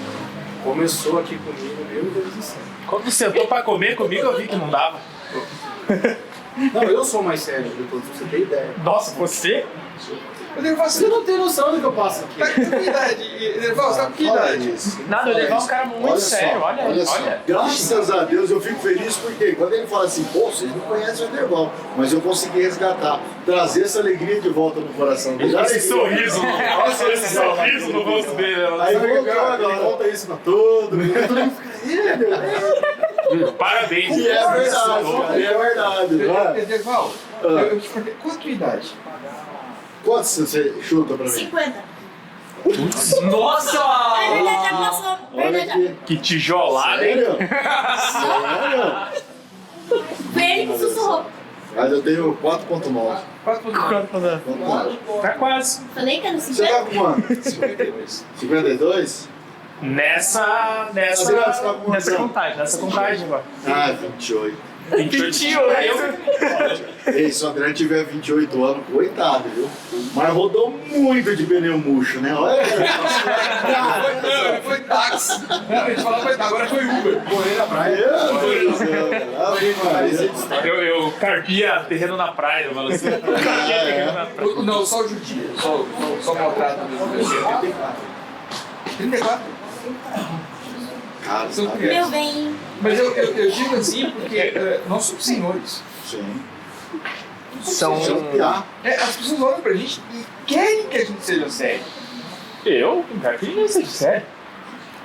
Speaker 7: Começou aqui comigo, meu Deus do céu.
Speaker 3: Quando sentou pra comer comigo, eu vi que não dava.
Speaker 7: Não, eu sou mais sério, depois pra você ter ideia.
Speaker 3: Nossa, você?
Speaker 1: Eu devo falar, assim, Tá
Speaker 7: Você não tem noção do que eu passo aqui.
Speaker 1: Que idade? Ederval, sabe tá que
Speaker 2: Olha
Speaker 1: idade?
Speaker 2: isso.
Speaker 3: Nada, o Ederval é um cara muito
Speaker 2: só,
Speaker 3: sério, olha,
Speaker 2: só.
Speaker 3: olha.
Speaker 2: Graças a Deus eu fico feliz porque quando ele fala assim, pô, vocês não conhecem o Ederval, mas eu consegui resgatar, trazer essa alegria de volta no coração dele.
Speaker 16: Esse
Speaker 2: Alegria.
Speaker 16: sorriso, no- nossa, esse sorriso no rosto dele. ela-
Speaker 2: Aí voltou agora, volta isso pra todo mundo. Todo mundo fica, "Ih, meu Deus."
Speaker 16: Parabéns.
Speaker 2: E é verdade, cara, e é verdade. não é?
Speaker 1: Ederval, eu, eu te perguntei, qual a tua idade?
Speaker 2: Quantos você chuta pra mim?
Speaker 8: 50.
Speaker 3: Nossa!
Speaker 8: É verdade, já passou.
Speaker 2: Olha
Speaker 8: Verdade.
Speaker 2: aqui.
Speaker 3: Que tijolada, hein?
Speaker 2: Sério? Sério?
Speaker 8: Foi ele que sussurrou.
Speaker 2: Mas eu tenho 4.9.
Speaker 3: Tá quase.
Speaker 8: Falei que era
Speaker 2: Você
Speaker 8: 50.
Speaker 2: tá com quanto? 52?
Speaker 3: Nessa. nessa.
Speaker 2: Adriano, você tá com quantos
Speaker 3: Nessa
Speaker 2: anos?
Speaker 3: contagem, nessa contagem agora.
Speaker 2: Ah, 28.
Speaker 3: 28, né? Eu-
Speaker 2: Ei, se o André tiver 28 anos, coitado, viu? Mas rodou muito de pneu murcho, né? Olha.
Speaker 1: Não, foi táxi. Não, a gente falava foi táxi, agora foi Uber.
Speaker 2: Morei na praia. Meu Deus do céu, velho. Ave Maria.
Speaker 3: Eu, eu carpia terreno na praia, eu falo assim.
Speaker 2: É.
Speaker 3: Carpia terreno
Speaker 1: né?
Speaker 3: na praia.
Speaker 1: O- Não, só o judia, só, só, só o maltrato mesmo. 34?
Speaker 2: Cara,
Speaker 1: São
Speaker 2: tá vendo?
Speaker 1: crianças.
Speaker 8: Meu bem.
Speaker 1: Mas eu, eu, eu digo assim porque eh, nós somos senhores.
Speaker 2: Sim.
Speaker 3: São.
Speaker 2: Você é um piá.
Speaker 1: É, as pessoas olham pra gente e querem que a gente seja sério.
Speaker 3: Eu? Carpia é? não sei de sério.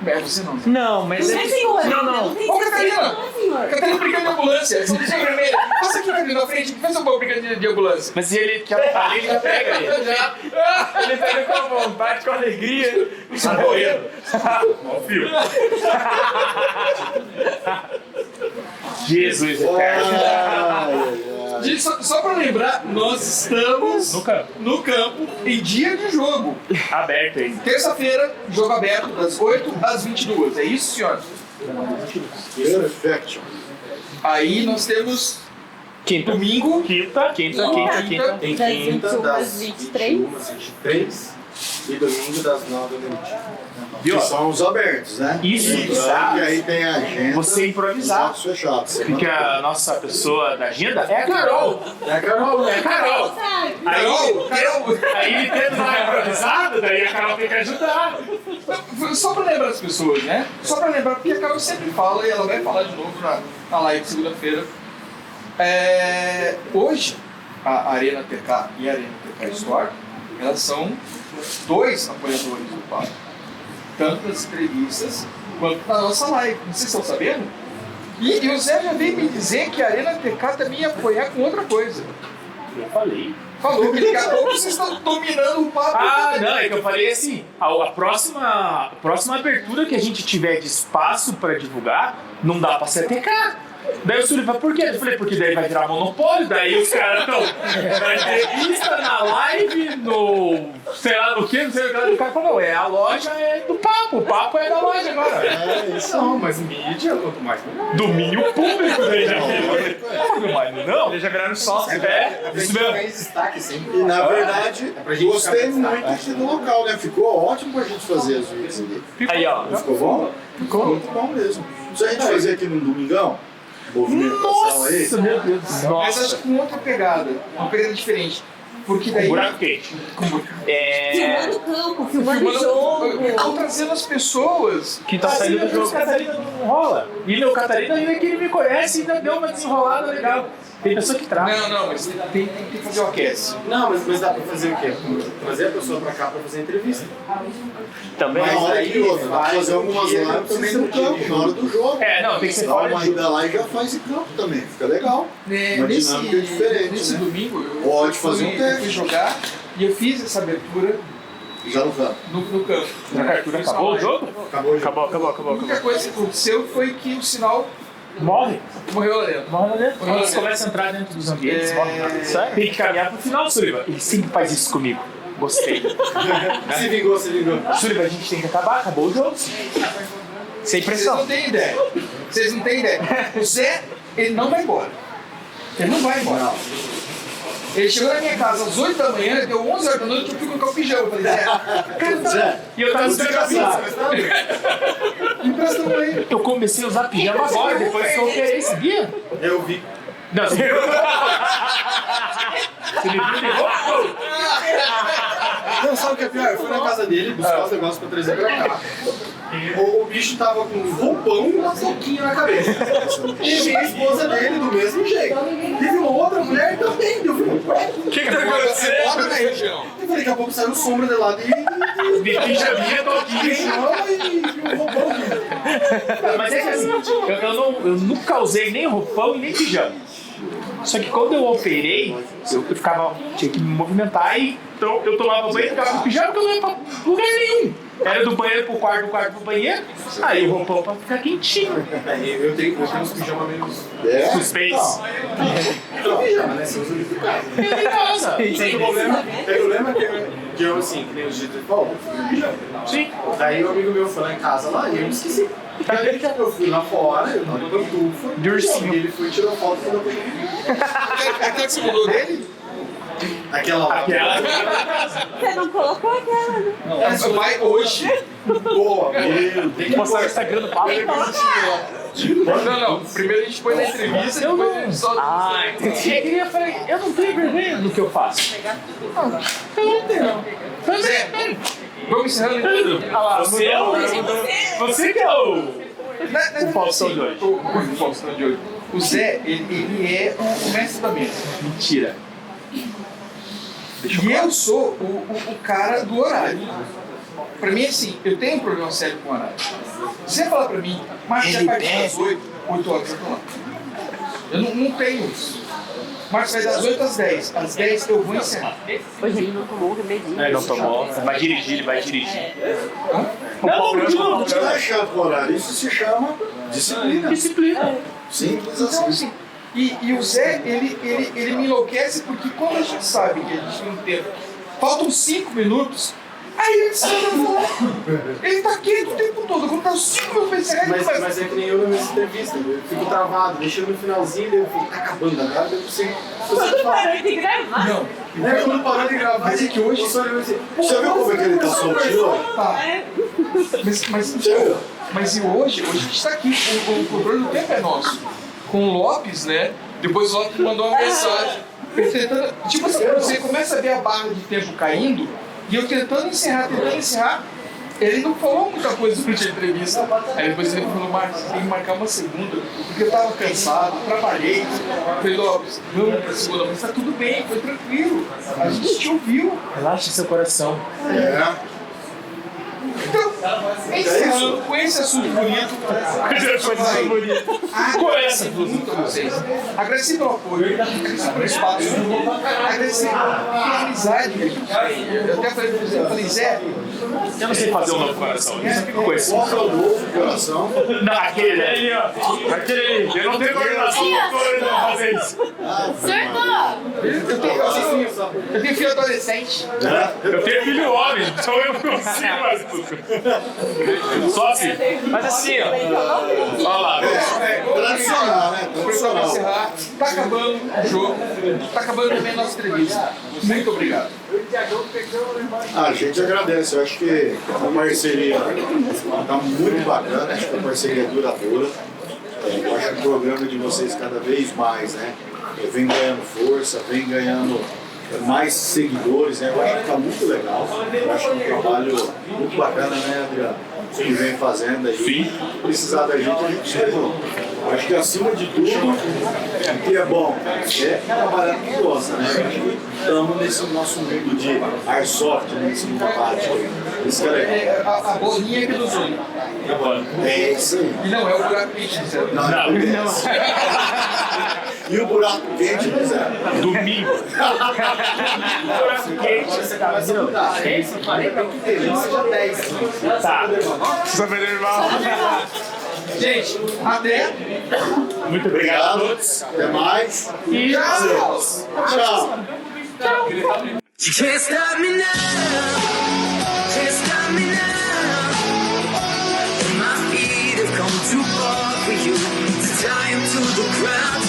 Speaker 1: Mas você não. é.
Speaker 3: Não, mas. é
Speaker 6: Não, senhor.
Speaker 3: Não, não.
Speaker 1: Ô, Catarina!
Speaker 6: Não, senhor.
Speaker 1: Catarina brigando de ambulância, você não vermelho. Passa aqui, Catarina, na frente, faz um pouco brigando de ambulância.
Speaker 3: Mas ele que ali ele já pega ele.
Speaker 1: Já.
Speaker 3: Ele pega com a vontade, com a alegria. Tá doendo. Ó, filho. Jesus eterno.
Speaker 2: Ai, ai, ai.
Speaker 1: Gente, só, só pra lembrar, nós estamos
Speaker 3: No campo.
Speaker 1: no campo em dia de jogo.
Speaker 3: Aberto ainda.
Speaker 1: Terça-feira, jogo aberto das 8 às 22. É isso, senhor?
Speaker 2: Perfection.
Speaker 1: Aí nós temos
Speaker 3: Quinta.
Speaker 1: domingo.
Speaker 3: Quinta, quinta, quinta, quinta.
Speaker 7: Tem
Speaker 6: Das
Speaker 7: quinta
Speaker 6: 21
Speaker 7: das
Speaker 6: às 23.
Speaker 7: 21 às 23 e domingo das 9 da noite.
Speaker 3: Viu?
Speaker 2: Que são os abertos, né?
Speaker 3: Isso,
Speaker 2: Lembrando
Speaker 3: exato.
Speaker 2: que aí tem a agenda.
Speaker 3: Você improvisar.
Speaker 2: Os atos fechados.
Speaker 3: Que a nossa pessoa da agenda é a Carol.
Speaker 7: É, Carol, né?
Speaker 3: É a Carol.
Speaker 8: Sabe?
Speaker 3: Aí,
Speaker 1: Carol, Carol.
Speaker 3: aí tendo uma improvisada, daí a Carol tem que ajudar.
Speaker 1: Só pra lembrar as pessoas, né? Só pra lembrar, porque a Carol sempre fala e ela vai falar de novo na, na live de segunda-feira. É, hoje, a Arena TK e a Arena TK Store, elas são dois apoiadores do Papo. Tanto nas entrevistas quanto na nossa live. Vocês estão sabendo? E, e o Zé já veio me dizer que a Arena TK também ia apoiar com outra coisa.
Speaker 3: Eu falei.
Speaker 1: Falou que daqui a pouco vocês estão dominando o papo.
Speaker 3: Ah, não, é que eu falei assim, a, a próxima, a próxima abertura que a gente tiver de espaço pra divulgar, não dá pra ser TK. Daí o Sully fala, por quê? Eu falei, porque daí vai virar monopólio, daí os caras estão na entrevista, na live, no sei lá no que, não sei o que, lá, e o cara falou, é, a loja é do papo, o papo é da loja agora.
Speaker 2: É isso.
Speaker 7: Não, mas mídia, quanto mais melhor.
Speaker 3: Domínio público, daí já virou. Mas não, eles já viraram sócio, né? Isso mesmo.
Speaker 7: Faz destaque sempre.
Speaker 2: E na verdade,
Speaker 7: pra gente
Speaker 2: gostei
Speaker 7: ficar
Speaker 2: muito aqui do local, né? Ficou ótimo pra gente fazer as vidas ali.
Speaker 3: Aí, ó.
Speaker 2: Não ficou bom? Ficou muito bom mesmo. Se a gente fazer aqui no domingão, movimentação aí,
Speaker 3: meu Deus do céu.
Speaker 1: Mas acho que com outra pegada, uma pegada diferente. Porque daí.
Speaker 3: Com buraco quente.
Speaker 1: É...
Speaker 6: Filmando o campo, filmando o jogo.
Speaker 1: Estão trazendo as pessoas.
Speaker 3: Que tá
Speaker 1: Ah,
Speaker 3: saindo
Speaker 1: sim,
Speaker 3: do jogo.
Speaker 1: o Catarina
Speaker 3: não rola. E meu Catarina, ainda que ele me conhece, ainda deu uma desenrolada legal. Tem pessoa que trava.
Speaker 1: Não, não, mas tem, tem que é fazer o aquece.
Speaker 2: Não, mas, mas dá pra fazer o quê? Trazer a pessoa pra cá pra fazer entrevista.
Speaker 3: Também.
Speaker 2: Mas
Speaker 18: Na hora
Speaker 2: aí
Speaker 18: que outra, dá pra
Speaker 2: vai
Speaker 18: fazer
Speaker 2: no
Speaker 18: algumas
Speaker 2: dia,
Speaker 18: lives
Speaker 2: precisa
Speaker 18: também
Speaker 2: do
Speaker 18: no
Speaker 2: dia
Speaker 18: campo,
Speaker 2: de
Speaker 18: na hora do jogo.
Speaker 3: É, não, tem que ser
Speaker 18: Dá
Speaker 3: fora
Speaker 18: uma
Speaker 3: de jogo.
Speaker 18: ida lá e já faz em campo também, fica legal.
Speaker 1: É,
Speaker 18: Uma
Speaker 1: nesse,
Speaker 18: dinâmica diferente,
Speaker 1: nesse
Speaker 18: né?
Speaker 1: domingo eu
Speaker 18: Pode
Speaker 1: fui,
Speaker 18: fazer um
Speaker 1: eu fui
Speaker 18: teste.
Speaker 1: jogar e eu fiz essa abertura
Speaker 18: Já no campo.
Speaker 1: no, no campo.
Speaker 3: Na abertura
Speaker 1: Fiz
Speaker 3: acabou
Speaker 1: uma
Speaker 3: o jogo?
Speaker 18: Acabou, já.
Speaker 3: Acabou, acabou,
Speaker 1: A
Speaker 3: acabou,
Speaker 1: única
Speaker 3: acabou.
Speaker 1: coisa que aconteceu foi que o sinal
Speaker 3: Morre.
Speaker 1: morreu lá dentro.
Speaker 3: Morre lá dentro.
Speaker 1: Morre lá
Speaker 3: Quando eles
Speaker 1: dentro.
Speaker 3: começam a entrar dentro dos ambientes,
Speaker 1: É.
Speaker 3: morre. Sério? Tem que caminhar pro final, Suriba. Ele sempre faz isso comigo. Gostei.
Speaker 2: né? Se vingou, se vingou.
Speaker 3: Suriba, a gente tem que acabar, acabou o jogo. Sem
Speaker 1: Vocês não
Speaker 3: pressão.
Speaker 1: têm ideia. Vocês não têm ideia. O Zé, ele não vai embora. Ele não vai embora. Ele chegou na minha casa às 8 da manhã, deu 11 horas da noite, eu fui colocar o pijama. Eu falei, Zé, cara, tá...
Speaker 18: Zé,
Speaker 3: E eu tava descansado.
Speaker 1: empresta pra ele.
Speaker 3: Eu comecei a usar pijama agora, depois que eu operei esse guia.
Speaker 2: Eu vi.
Speaker 3: Não, você viu? Você me viu? me viu?
Speaker 2: Não, sabe o que é pior? Eu fui na casa dele buscar os negócios pra trazer pra cá. O, o bicho tava com um roupão e uma soquinha na cabeça. E veio a esposa dele do mesmo jeito. Teve uma outra mulher também. Eu falei, ué,
Speaker 3: O que que tá acontecendo?
Speaker 1: Fora da região.
Speaker 2: eu falei, daqui a pouco saiu sombra de lado e
Speaker 3: De pijaminha, é tô aqui.
Speaker 2: pijama e um roupão.
Speaker 3: Mas é que assim, eu, eu não- eu nunca usei nem roupão e nem pijama. Só que quando eu operei, eu, eu ficava, tinha que me movimentar e então eu tomava banho e ficava com pijama porque eu não ia pra lugar nenhum. Era do banheiro pro quarto, do quarto pro banheiro, aí o roupão pra ficar quentinho.
Speaker 2: É, eu tenho, eu tenho uns pijamas meio.
Speaker 18: É.
Speaker 3: Suspense.
Speaker 2: Pijama, né? Você usa de casa.
Speaker 3: Ele casa.
Speaker 2: Sem problema. O problema é que eu, que eu assim, que nem os dias de folga, eu fui no pijama.
Speaker 3: Sim.
Speaker 2: Daí um amigo meu foi lá em casa lá e eu me esqueci. Daí eu fui lá fora, eu tava no tufo,
Speaker 3: De ursinho.
Speaker 2: e ele foi e tirou foto e falou pra mim.
Speaker 1: Aquela que você mudou dele?
Speaker 3: Ah,
Speaker 2: Aquela lá.
Speaker 6: Você não colocou aquela, né?
Speaker 1: Vai hoje.
Speaker 2: Boa, meu
Speaker 3: Tem que mostrar o Instagram do Pablo.
Speaker 1: Não, não. Primeiro a gente põe na entrevista, depois a gente solta.
Speaker 3: Ah, entendi. E aí eu falei, eu não tenho vergonha do que eu faço. Não, eu não
Speaker 1: Zé,
Speaker 3: tenho. Também.
Speaker 1: Vamos encerrando então.
Speaker 3: Olha lá, você é o. Você que é o.
Speaker 1: Na- na-
Speaker 3: O Faustão de hoje.
Speaker 1: O, Né, o Faustão de hoje. O Zé, ele, ele é o, o mestre da mesa.
Speaker 3: Mentira.
Speaker 1: e eu sou o, o- o cara do horário. Pra mim, assim, eu tenho um problema sério com horário. Se você falar pra mim, Marcos, a partir das 8, 8 horas eu tô lá. Eu não, não tenho isso. Marcos vai das 8 às 10. Às 10 eu vou encerrar.
Speaker 6: Hoje ele não tomou o remedinho.
Speaker 3: Ele não tomou. Vai dirigir, ele vai dirigir.
Speaker 18: Não, não,
Speaker 3: não,
Speaker 18: não dá chá pro horário. Isso se chama disciplina.
Speaker 3: Disciplina.
Speaker 18: Simples
Speaker 1: Então,
Speaker 18: assim.
Speaker 1: assim, e, e o Zé, ele, ele, ele me enlouquece porque quando a gente sabe que a gente não tem. Faltam cinco minutos, aí ele sai da falar. Ele tá quieto o tempo todo. Quando tá cinco minutos pra encerrar, ele
Speaker 2: Mas,
Speaker 1: faz.
Speaker 2: mas é que nem eu na minha entrevista, eu fico travado, deixando no finalzinho, daí eu fico, tá acabando agora, daí eu consigo. eu consigo
Speaker 6: Tudo
Speaker 2: falar.
Speaker 6: parou de gravar.
Speaker 1: Não,
Speaker 18: Né,
Speaker 2: Daí quando parou de gravar,
Speaker 1: Mas é que hoje-
Speaker 2: eu só olhei e disse, pô,
Speaker 18: Você viu como é que ele tá soltinho?
Speaker 1: tá.
Speaker 6: né?
Speaker 1: Mas, mas, mas e hoje? Hoje a gente tá aqui. O, o, o controle do tempo é nosso. Com o Lopes, né? Depois o Lopes mandou uma mensagem. Eu tentando- tipo assim, você começa a ver a barra de tempo caindo e eu tentando encerrar, tentando encerrar. Ele não falou muita coisa durante a entrevista. Aí depois ele falou, Marcos, você tem que marcar uma segunda, porque eu tava cansado, trabalhei. Eu Falei, Lopes, vamos pra segunda, mas tá tudo bem, foi tranquilo. A gente te ouviu.
Speaker 3: Relaxa seu coração.
Speaker 18: É.
Speaker 1: Então, é isso. Com esse assunto bonito,
Speaker 3: Coisa bonita. Qual é essa?
Speaker 1: muito a vocês. Agradecer pelo apoio, agradecer pelo espaço, agradecer pela amizade. que a gente tem. Eu até falei pro Zé, eu falei, Zé,
Speaker 3: Eu não sei fazer um novo coração. Isso eu conheço.
Speaker 18: Qual que é o novo coração?
Speaker 3: Não, aquele ali, ó. Aquele ali. Eu não tenho coordenação motora pra fazer isso.
Speaker 8: Surtou!
Speaker 1: eu tenho, eu tenho, eu tenho filho adolescente.
Speaker 3: Eu tenho filho homem, então eu não consigo mais tudo. Só assim. Mas assim, ó. Olha lá.
Speaker 2: É,
Speaker 18: Tradicional, né?
Speaker 1: Professor
Speaker 18: Tradicional.
Speaker 1: Encerrar, tá acabando o jogo, tá acabando também a nossa entrevista. Muito obrigado.
Speaker 18: Ah, A gente agradece, eu acho que a parceria está muito bacana, acho que a parceria é duradoura. É, Eu acho que o programa de vocês cada vez mais, né? é, Vem ganhando força, vem ganhando
Speaker 2: mais seguidores, né? Eu acho que tá muito legal. Eu acho
Speaker 18: tá
Speaker 2: que é um trabalho muito bacana, né, Adriano? Que vem fazendo aí. Sim. Precisar da gente, a gente chega. Eu Acho que acima de tudo, o que é bom é trabalhar com quem gosta, né? Eu acho que Estamos nesse nosso mundo de airsoft, né? Esse mundo aquático. Isso que é legal.
Speaker 1: A, a bolinha que nos une.
Speaker 2: É isso aí.
Speaker 1: E não é o buraco quente,
Speaker 2: Não, não. E o buraco quente, né, Zé?
Speaker 19: Domingo.
Speaker 2: buraco quente, você tá
Speaker 19: Tá. Saber irmão.
Speaker 1: Gente, até.
Speaker 19: Muito
Speaker 2: obrigado. a todos. Até mais. E tchau. Tchau.
Speaker 20: Can't stop me now. Can't stop me now. My feet have come too far for you to tie 'em to the ground.